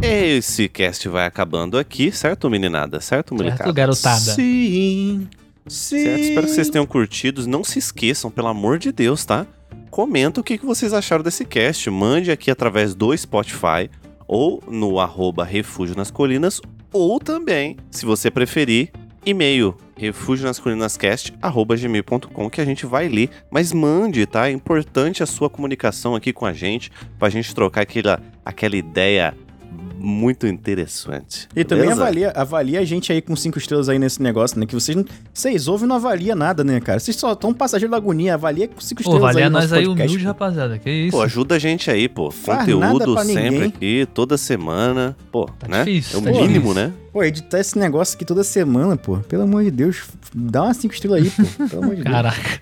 A: Esse cast vai acabando aqui, certo, meninada? Certo, molecada?
B: Certo, É garotada.
C: Sim. Sim.
A: Certo? Espero que vocês tenham curtido. Não se esqueçam, pelo amor de Deus, tá? Comenta o que que vocês acharam desse cast. Mande aqui através do Spotify ou no arroba Refúgio nas Colinas ou também, se você preferir, e-mail refúgio nas gmail.com que a gente vai ler, mas mande, tá? É importante a sua comunicação aqui com a gente pra gente trocar aquela, aquela ideia muito interessante.
C: E também
A: beleza?
C: avalia, avalia a gente aí com cinco estrelas aí nesse negócio, né? Que vocês não. Vocês ouvem e não avalia nada, né, cara? Vocês só estão passageiro da agonia. Avalia com cinco
B: Pô,
C: estrelas
B: valia
C: aí. no
B: nós
C: nosso
B: aí
C: podcast,
B: humilde, rapaziada. Que isso?
A: Pô, ajuda a gente aí, pô.
C: Faz nada
A: Conteúdo
C: pra
A: sempre
C: ninguém.
A: aqui, toda semana. Pô,
B: Tá
A: né?
B: difícil,
A: é o
B: tá
A: mínimo,
B: difícil.
A: né?
C: pô. Pô, editar esse negócio aqui toda semana, pô. Pelo amor de Deus. Dá umas cinco estrelas aí,
B: (laughs)
C: pô. Pelo amor de Deus. Ah.
B: Caraca.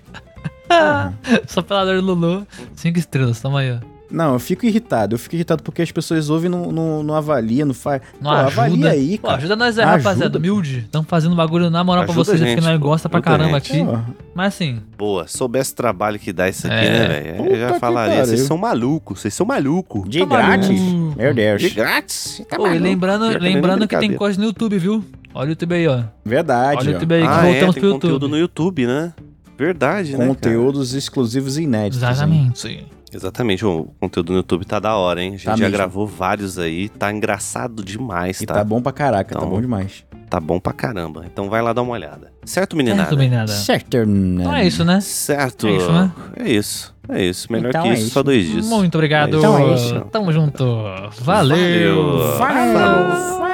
C: Porra.
B: Só pela dor do Lulu. Cinco estrelas, tamo aí, ó.
C: Não, eu fico irritado. Eu fico irritado porque as pessoas ouvem e não, não, não avalia, não faz. Pô,
B: Não ajuda. né?
C: avalia aí,
B: Pô,
C: cara.
B: ajuda nós aí,
C: Ajuda.
B: rapaziada. Humilde. Estamos fazendo bagulho na moral pra
A: Ajuda
B: vocês,
A: a
B: porque
A: gente,
B: nós
A: pô.
B: gosta pra
A: Ajuda a
B: caramba
A: gente.
B: aqui. Mas assim,
A: Pô, soubesse o trabalho que dá isso aqui,
B: É.
A: né, velho? Eu
C: Puta
A: já
C: que
A: falaria, vocês
C: pariu.
A: são malucos, vocês são malucos.
C: De
B: Tá
C: grátis?
B: maluco.
C: Meu Deus.
A: De grátis? Tá
B: pô, e
A: maluco.
B: lembrando,
A: Pior que nem
B: lembrando que tem
A: brincadeira.
B: coisa no YouTube, viu? Olha o YouTube aí, ó.
C: Verdade.
B: Olha o
C: ó.
B: YouTube aí, que
A: Ah, é,
B: voltamos
A: tem
B: pro
A: conteúdo
B: YouTube.
A: no YouTube, né? Verdade, né, cara?
C: Conteúdos exclusivos e inéditos. hein?
B: Exatamente. É,
A: Exatamente, o conteúdo no YouTube tá da hora, hein? A gente
C: Tá
A: já
C: mesmo.
A: gravou vários aí, tá engraçado demais,
C: E
A: tá?
C: tá, bom pra caraca, tá
A: Então,
C: bom demais.
A: Tá bom pra caramba. Então vai lá dar uma olhada. Certo, meninada?
B: Certo, meninada.
C: Certo, né?
B: é Então é isso, né?
A: Certo.
B: É isso, né?
A: É isso. É isso. Melhor
C: Então
A: que
C: é
A: isso, só
C: isso.
A: dois dias.
B: Muito obrigado.
A: Então
C: é isso.
B: Tamo junto. Valeu.
A: Valeu.
C: Valeu! Valeu!